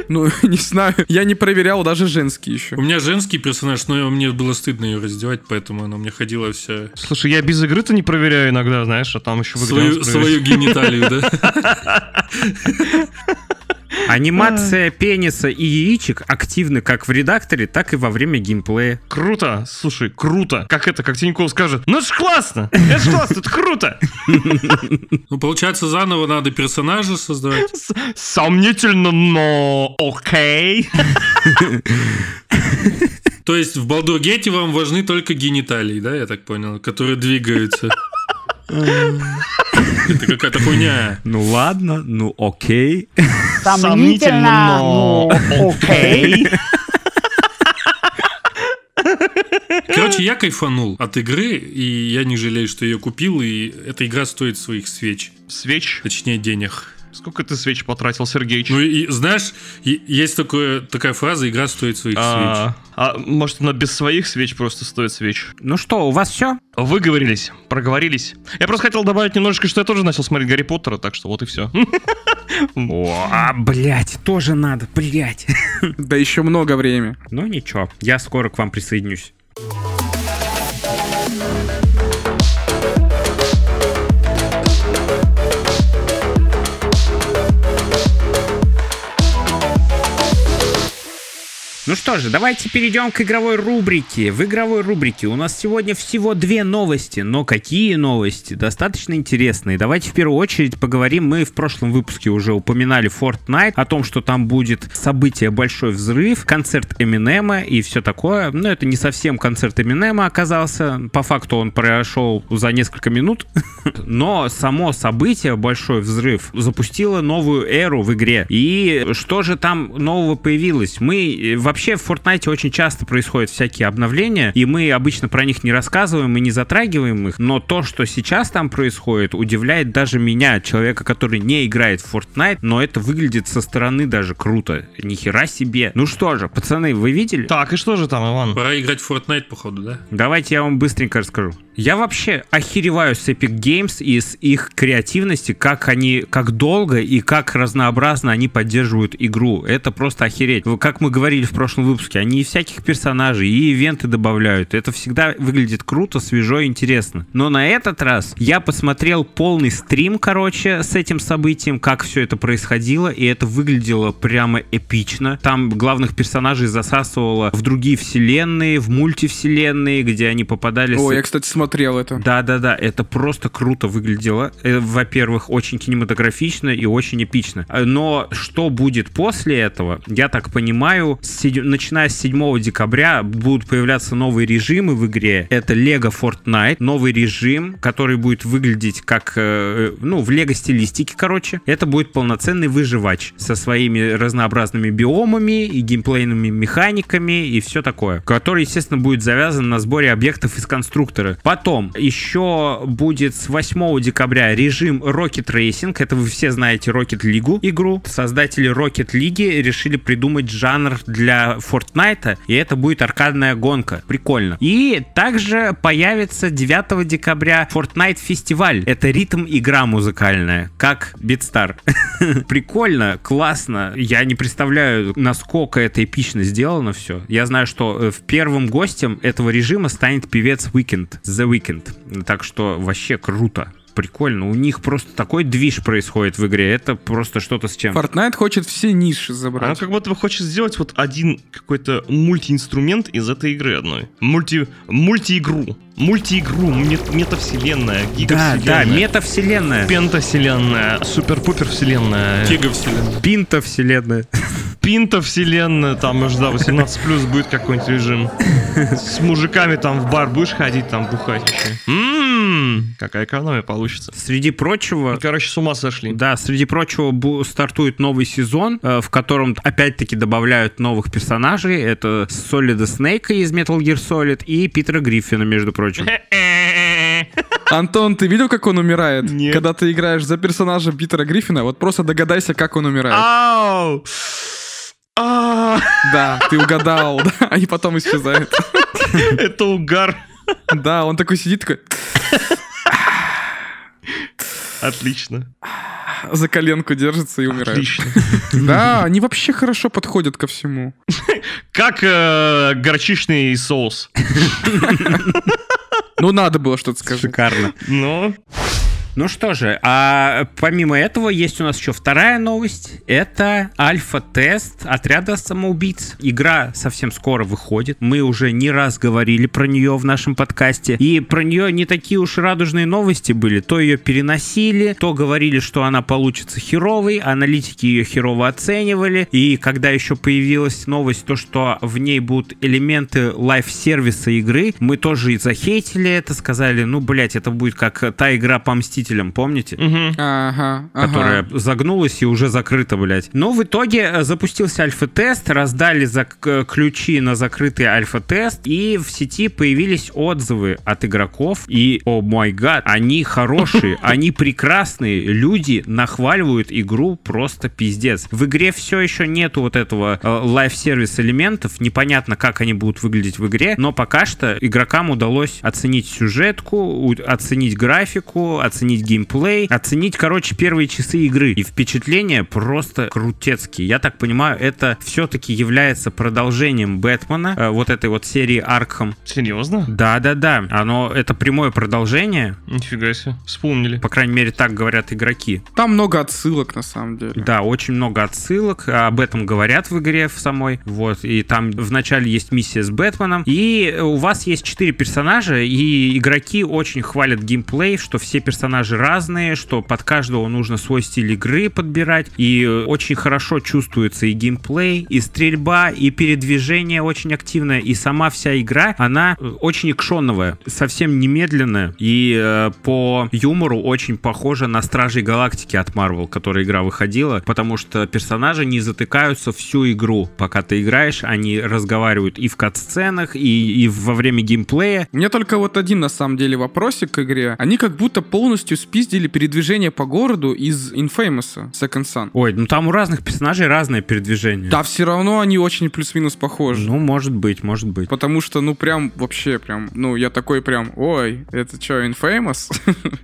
[SPEAKER 1] Ну, не знаю, я не проверял даже женские еще.
[SPEAKER 4] У меня женский персонаж, но мне было стыдно ее раздевать, поэтому она у меня ходила вся...
[SPEAKER 3] Слушай, я без игры-то не проверяю иногда, знаешь, а там еще в игре
[SPEAKER 4] Свою,
[SPEAKER 3] надо проверять.
[SPEAKER 4] свою гениталию, да?
[SPEAKER 2] Анимация пениса и яичек активны как в редакторе, так и во время геймплея.
[SPEAKER 3] Круто, слушай, круто. Как это, как Тиньков скажет, ну это ж классно, это ж классно, это круто.
[SPEAKER 4] Ну, получается, заново надо персонажа создавать.
[SPEAKER 3] С- Сомнительно, но окей.
[SPEAKER 4] То есть в Балдургете вам важны только гениталии, да, я так понял, которые двигаются. Это какая-то хуйня.
[SPEAKER 2] Ну ладно, ну окей.
[SPEAKER 3] Сомнительно, но окей.
[SPEAKER 4] Короче, я кайфанул от игры, и я не жалею, что ее купил, и эта игра стоит своих свеч,
[SPEAKER 3] Свеч.
[SPEAKER 4] точнее денег.
[SPEAKER 3] Сколько ты свеч потратил, Сергеич?
[SPEAKER 4] Ну и знаешь, и- есть такое, такая фраза, игра стоит своих свеч.
[SPEAKER 3] А, а может она без своих свеч просто стоит свеч?
[SPEAKER 2] Ну что, у вас все?
[SPEAKER 3] Выговорились, проговорились. Я просто хотел добавить немножечко, что я тоже начал смотреть Гарри Поттера, так что вот и все.
[SPEAKER 2] А, блять, тоже надо, блять.
[SPEAKER 1] Да еще много времени.
[SPEAKER 2] Ну ничего, я скоро к вам присоединюсь. Ну что же, давайте перейдем к игровой рубрике. В игровой рубрике у нас сегодня всего две новости, но какие новости? Достаточно интересные. Давайте в первую очередь поговорим. Мы в прошлом выпуске уже упоминали Fortnite, о том, что там будет событие «Большой взрыв», концерт Эминема и все такое. Но это не совсем концерт Эминема оказался. По факту он прошел за несколько минут. Но само событие «Большой взрыв» запустило новую эру в игре. И что же там нового появилось? Мы э, вообще в Fortnite очень часто происходят всякие обновления, и мы обычно про них не рассказываем и не затрагиваем их. Но то, что сейчас там происходит, удивляет даже меня, человека, который не играет в Fortnite, но это выглядит со стороны даже круто. Нихера себе. Ну что же, пацаны, вы видели?
[SPEAKER 3] Так, и что же там, Иван?
[SPEAKER 4] Пора играть в Fortnite, походу, да?
[SPEAKER 2] Давайте я вам быстренько расскажу. Я вообще охереваю с Epic Games и с их креативности, как они, как долго и как разнообразно они поддерживают игру. Это просто охереть. Вы- Как мы говорили в прошлом выпуске, они и всяких персонажей, и ивенты добавляют. Это всегда выглядит круто, свежо и интересно. Но на этот раз я посмотрел полный стрим, короче, с этим событием, как все это происходило, и это выглядело прямо эпично. Там главных персонажей засасывало в другие вселенные, в мультивселенные, где они попадали с
[SPEAKER 1] О,
[SPEAKER 2] этой
[SPEAKER 1] я, кстати, смотрел это.
[SPEAKER 2] Да-да-да, это просто круто выглядело. Э, Во-первых, очень кинематографично и очень эпично. Э, Но что будет после этого, я так понимаю, с седь- начиная с 7 декабря будут появляться новые режимы в игре. Это Lego Fortnite, новый режим, который будет выглядеть как, э, ну, в Лего стилистике, короче. Это будет полноценный выживач со своими разнообразными биомами и геймплейными механиками и все такое, который, естественно, будет завязан на сборе объектов из конструктора. Потом еще будет с 8 декабря режим Rocket Racing. Это вы все знаете Rocket League игру. Создатели Rocket League решили придумать жанр для Fortnite, и это будет аркадная гонка. Прикольно. И также появится 9 декабря Fortnite фестиваль. Это ритм игра музыкальная, как Beatstar. Прикольно, классно. Я не представляю, насколько это эпично сделано все. Я знаю, что э, в первым гостем этого режима станет певец Weekend, The Weekend. Так что вообще круто. Прикольно. У них просто такой движ происходит в игре. Это просто что-то с чем.
[SPEAKER 1] Fortnite хочет все ниши
[SPEAKER 3] Она
[SPEAKER 1] забрать.
[SPEAKER 3] А ну, как будто бы хочет сделать вот один какой-то мультиинструмент из этой игры одной. Мульти... Мультиигру. Мультиигру, мет- метавселенная,
[SPEAKER 2] Да,
[SPEAKER 3] гигавселенная.
[SPEAKER 2] да, метавселенная.
[SPEAKER 3] Пентавселенная, супер-пупер вселенная,
[SPEAKER 4] Кига вселенная.
[SPEAKER 2] Пинта вселенная.
[SPEAKER 3] пинта вселенная, там уже, да, 18 плюс будет какой-нибудь режим. С мужиками там в бар будешь ходить, там бухать еще. Ммм, какая экономия получится.
[SPEAKER 2] Среди прочего,
[SPEAKER 3] Короче, с ума сошли.
[SPEAKER 2] Да, среди прочего бу- стартует новый сезон, э, в котором опять-таки добавляют новых персонажей. Это Солида Снейка из Metal Gear Solid и Питера Гриффина, между прочим.
[SPEAKER 1] Антон, ты видел, как он умирает?
[SPEAKER 3] Нет.
[SPEAKER 1] Когда ты играешь за персонажа Питера Гриффина, вот просто догадайся, как он умирает.
[SPEAKER 3] Ау! А,
[SPEAKER 1] Да, ты угадал, да, и потом исчезает.
[SPEAKER 3] Это угар.
[SPEAKER 1] Да, он такой сидит, такой
[SPEAKER 3] Отлично.
[SPEAKER 1] за коленку держится и умирает.
[SPEAKER 3] Отлично.
[SPEAKER 1] Да, они вообще хорошо подходят ко всему.
[SPEAKER 3] Как э, горчичный соус.
[SPEAKER 1] Ну, надо было что-то сказать.
[SPEAKER 2] Шикарно.
[SPEAKER 3] Ну,
[SPEAKER 2] Ну что же, а помимо этого есть у нас еще вторая новость. Это альфа-тест отряда самоубийц. Игра совсем скоро выходит. Мы уже не раз говорили про нее в нашем подкасте. И про нее не такие уж и радужные новости были. То ее переносили, то говорили, что она получится херовой, аналитики ее херово оценивали. И когда еще появилась новость, то что в ней будут элементы лайф-сервиса игры, мы тоже и захейтили это, сказали, ну, блять, это будет как э, та игра по Мстителям, помните?
[SPEAKER 3] мгм.
[SPEAKER 1] Ага, ага.
[SPEAKER 2] которая загнулась и уже закрыта, блядь. Но в итоге э, запустился альфа-тест, раздали зак- э, ключи на закрытый альфа-тест, и в сети появились отзывы от игроков, и, о май гад, они хорошие, они прекрасные, люди нахваливают игру просто пиздец. В игре все еще нету вот этого э, лайф-сервис элементов, непонятно, как они будут выглядеть в игре, но пока что игрокам удалось оценить сюжетку, у- оценить графику, оценить геймплей, оценить, короче, первые часы игры. И впечатления просто крутецкие. Я так понимаю, это все-таки является продолжением Бэтмена, э, вот этой вот серии Аркхам.
[SPEAKER 3] Серьезно?
[SPEAKER 2] Да-да-да, оно, это прямое продолжение,
[SPEAKER 3] Нифига себе. Вспомнили.
[SPEAKER 2] по крайней мере, так говорят игроки.
[SPEAKER 1] Там много отсылок, на самом деле.
[SPEAKER 2] Да, очень много отсылок, об этом говорят в игре в самой, вот, и там вначале есть миссия с Бэтменом, и у вас есть четыре персонажа, и игроки очень хвалят геймплей, что все персонажи разные, что под каждого нужно свой стиль игры подбирать, и очень хорошо чувствуется и геймплей, и стрельба, и передвижение очень активное, и сама вся игра, она э, очень экшоновая, совсем немедленная, и э, по юмору очень похожа на Стражей Галактики от Marvel, которая игра выходила, потому что персонажи не затыкаются всю игру, пока ты играешь, они разговаривают и в кат-сценах, и, и во время геймплея.
[SPEAKER 1] У меня только вот один, на самом деле, вопросик к игре. Они как будто полностью спиздили передвижение по городу из Infamous, Second Sun.
[SPEAKER 2] Ой, ну там у разных персонажей разное передвижение.
[SPEAKER 1] Да, все равно они очень плюс-минус похожи.
[SPEAKER 2] Ну, может быть, может быть.
[SPEAKER 1] Потому что, ну, прям, вообще, прям, ну, я такой прям, ой, это что, Infamous?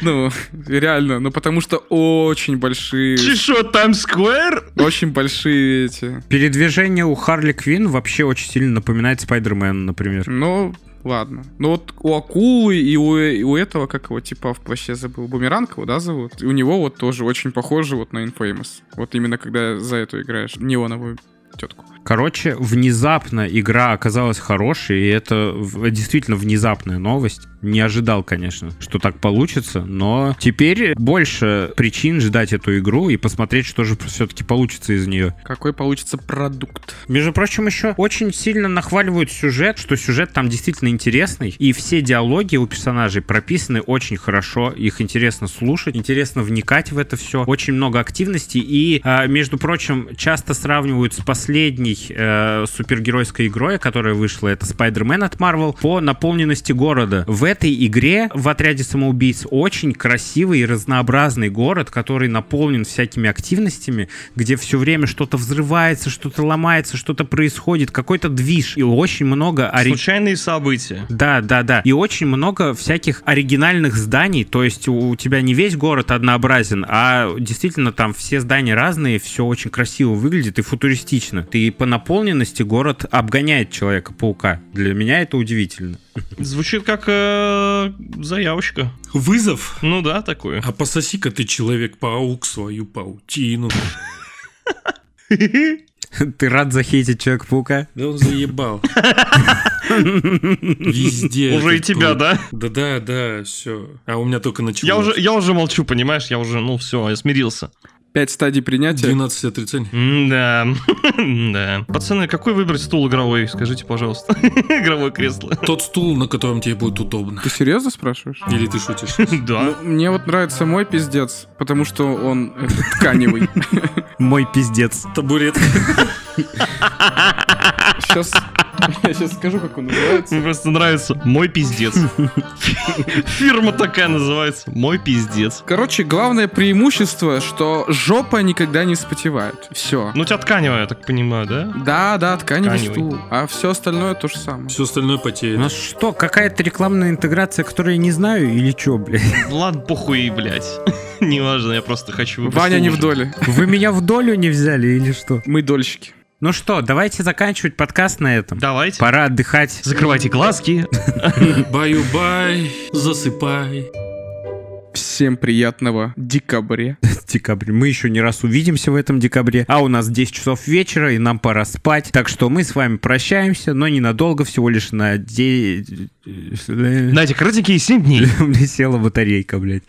[SPEAKER 1] Ну, реально, ну, потому что очень большие,
[SPEAKER 3] Ты что, Таймс-сквер?
[SPEAKER 1] очень большие эти.
[SPEAKER 2] Передвижение у Харли Квин вообще очень сильно напоминает Спайдермена, например.
[SPEAKER 1] Ну, ладно. Ну, вот у Акулы и у, и у этого, как его, типа, в плаще забыл, Бумеранг его, да, зовут? И у него вот тоже очень похоже вот на Infamous. Вот именно когда за эту играешь, неоновую тетку.
[SPEAKER 2] Короче, внезапно игра оказалась хорошей, и это в- действительно внезапная новость. Не ожидал, конечно, что так получится, но теперь больше причин ждать эту игру и посмотреть, что же все-таки получится из нее.
[SPEAKER 1] Какой получится продукт?
[SPEAKER 2] Между прочим, еще очень сильно нахваливают сюжет, что сюжет там действительно интересный, и все диалоги у персонажей прописаны очень хорошо, их интересно слушать, интересно вникать в это все, очень много активности, и, а, между прочим, часто сравнивают с последней э, супергеройской игрой, которая вышла, это Spider-Man от Marvel, по наполненности города. В этой игре в отряде самоубийц очень красивый и разнообразный город, который наполнен всякими активностями, где все время что-то взрывается, что-то ломается, что-то происходит, какой-то движ. И очень много ори-
[SPEAKER 3] Случайные события.
[SPEAKER 2] да, да, да. И очень много всяких оригинальных зданий. То есть у, у тебя не весь город однообразен, а действительно там все здания разные, все очень красиво выглядит и футуристично. И по наполненности город обгоняет Человека-паука. Для меня это удивительно.
[SPEAKER 3] Звучит как э, заявочка.
[SPEAKER 4] Вызов?
[SPEAKER 3] Ну да, такое.
[SPEAKER 4] А пососи-ка ты, Человек-паук, свою паутину.
[SPEAKER 2] Ты рад захейтить Человека-паука?
[SPEAKER 4] Да он заебал. Везде.
[SPEAKER 3] Уже и
[SPEAKER 4] этот
[SPEAKER 3] тебя,
[SPEAKER 4] клуб.
[SPEAKER 3] да?
[SPEAKER 4] Да-да, да, все. А у меня только началось.
[SPEAKER 3] Я уже, я уже молчу, понимаешь? Я уже, ну все, я смирился.
[SPEAKER 1] Пять стадий принятия.
[SPEAKER 4] 12 отрицаний.
[SPEAKER 3] Да, да. Пацаны, какой выбрать стул игровой? Скажите, пожалуйста. Игровое кресло.
[SPEAKER 4] Тот стул, на котором тебе будет удобно.
[SPEAKER 1] Ты серьезно спрашиваешь?
[SPEAKER 4] Или ты шутишь?
[SPEAKER 3] Да.
[SPEAKER 1] Ну, мне вот нравится мой пиздец, потому что он э, тканевый.
[SPEAKER 2] Мой пиздец.
[SPEAKER 4] Табурет.
[SPEAKER 1] Сейчас я сейчас скажу, как он называется.
[SPEAKER 3] Мне просто нравится. Мой пиздец. Фирма такая называется. Мой пиздец.
[SPEAKER 1] Короче, главное преимущество, что жопа никогда не вспотевает. Все.
[SPEAKER 3] Ну, у тебя тканевая, я так понимаю, да?
[SPEAKER 1] Да, да, тканевый
[SPEAKER 3] Тканевый.
[SPEAKER 1] стул. А все остальное то же самое.
[SPEAKER 4] Все остальное
[SPEAKER 2] У
[SPEAKER 4] потеет.
[SPEAKER 2] нас что, какая-то рекламная интеграция, которую я не знаю, или что, блядь?
[SPEAKER 3] Ладно, похуй, блядь. Неважно, я просто хочу выбрать
[SPEAKER 1] Ваня
[SPEAKER 3] стул
[SPEAKER 1] не
[SPEAKER 3] уже.
[SPEAKER 1] в доле.
[SPEAKER 2] Вы меня в долю не взяли или что?
[SPEAKER 1] Мы дольщики.
[SPEAKER 2] Ну что, давайте заканчивать подкаст на этом.
[SPEAKER 3] Давайте.
[SPEAKER 2] Пора отдыхать.
[SPEAKER 3] Закрывайте глазки.
[SPEAKER 4] Баю-бай, засыпай.
[SPEAKER 1] Всем приятного декабря.
[SPEAKER 2] декабрь. Мы еще не раз увидимся в этом декабре. А у нас 10 часов вечера, и нам пора спать. Так что мы с вами прощаемся, но ненадолго, всего лишь на... де-
[SPEAKER 3] Надя, коротенькие 7 дней.
[SPEAKER 2] у меня села батарейка, блядь.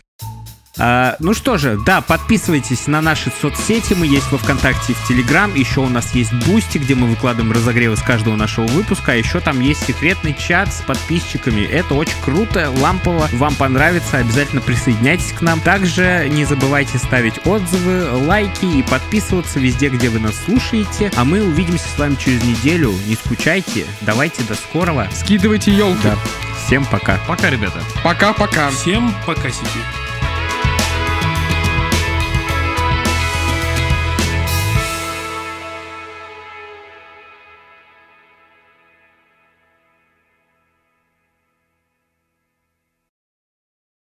[SPEAKER 2] А, ну что же, да, подписывайтесь на наши соцсети, мы есть во ВКонтакте и в Телеграм, еще у нас есть Бусти, где мы выкладываем разогревы с каждого нашего выпуска, а еще там есть секретный чат с подписчиками, это очень круто, лампово, вам понравится, обязательно присоединяйтесь к нам. Также не забывайте ставить отзывы, лайки и подписываться везде, где вы нас слушаете, а мы увидимся с вами через неделю, не скучайте, давайте до скорого,
[SPEAKER 1] Скидывайте елки.
[SPEAKER 2] да, всем пока.
[SPEAKER 3] Пока, ребята.
[SPEAKER 1] Пока-пока.
[SPEAKER 4] Всем пока, сики.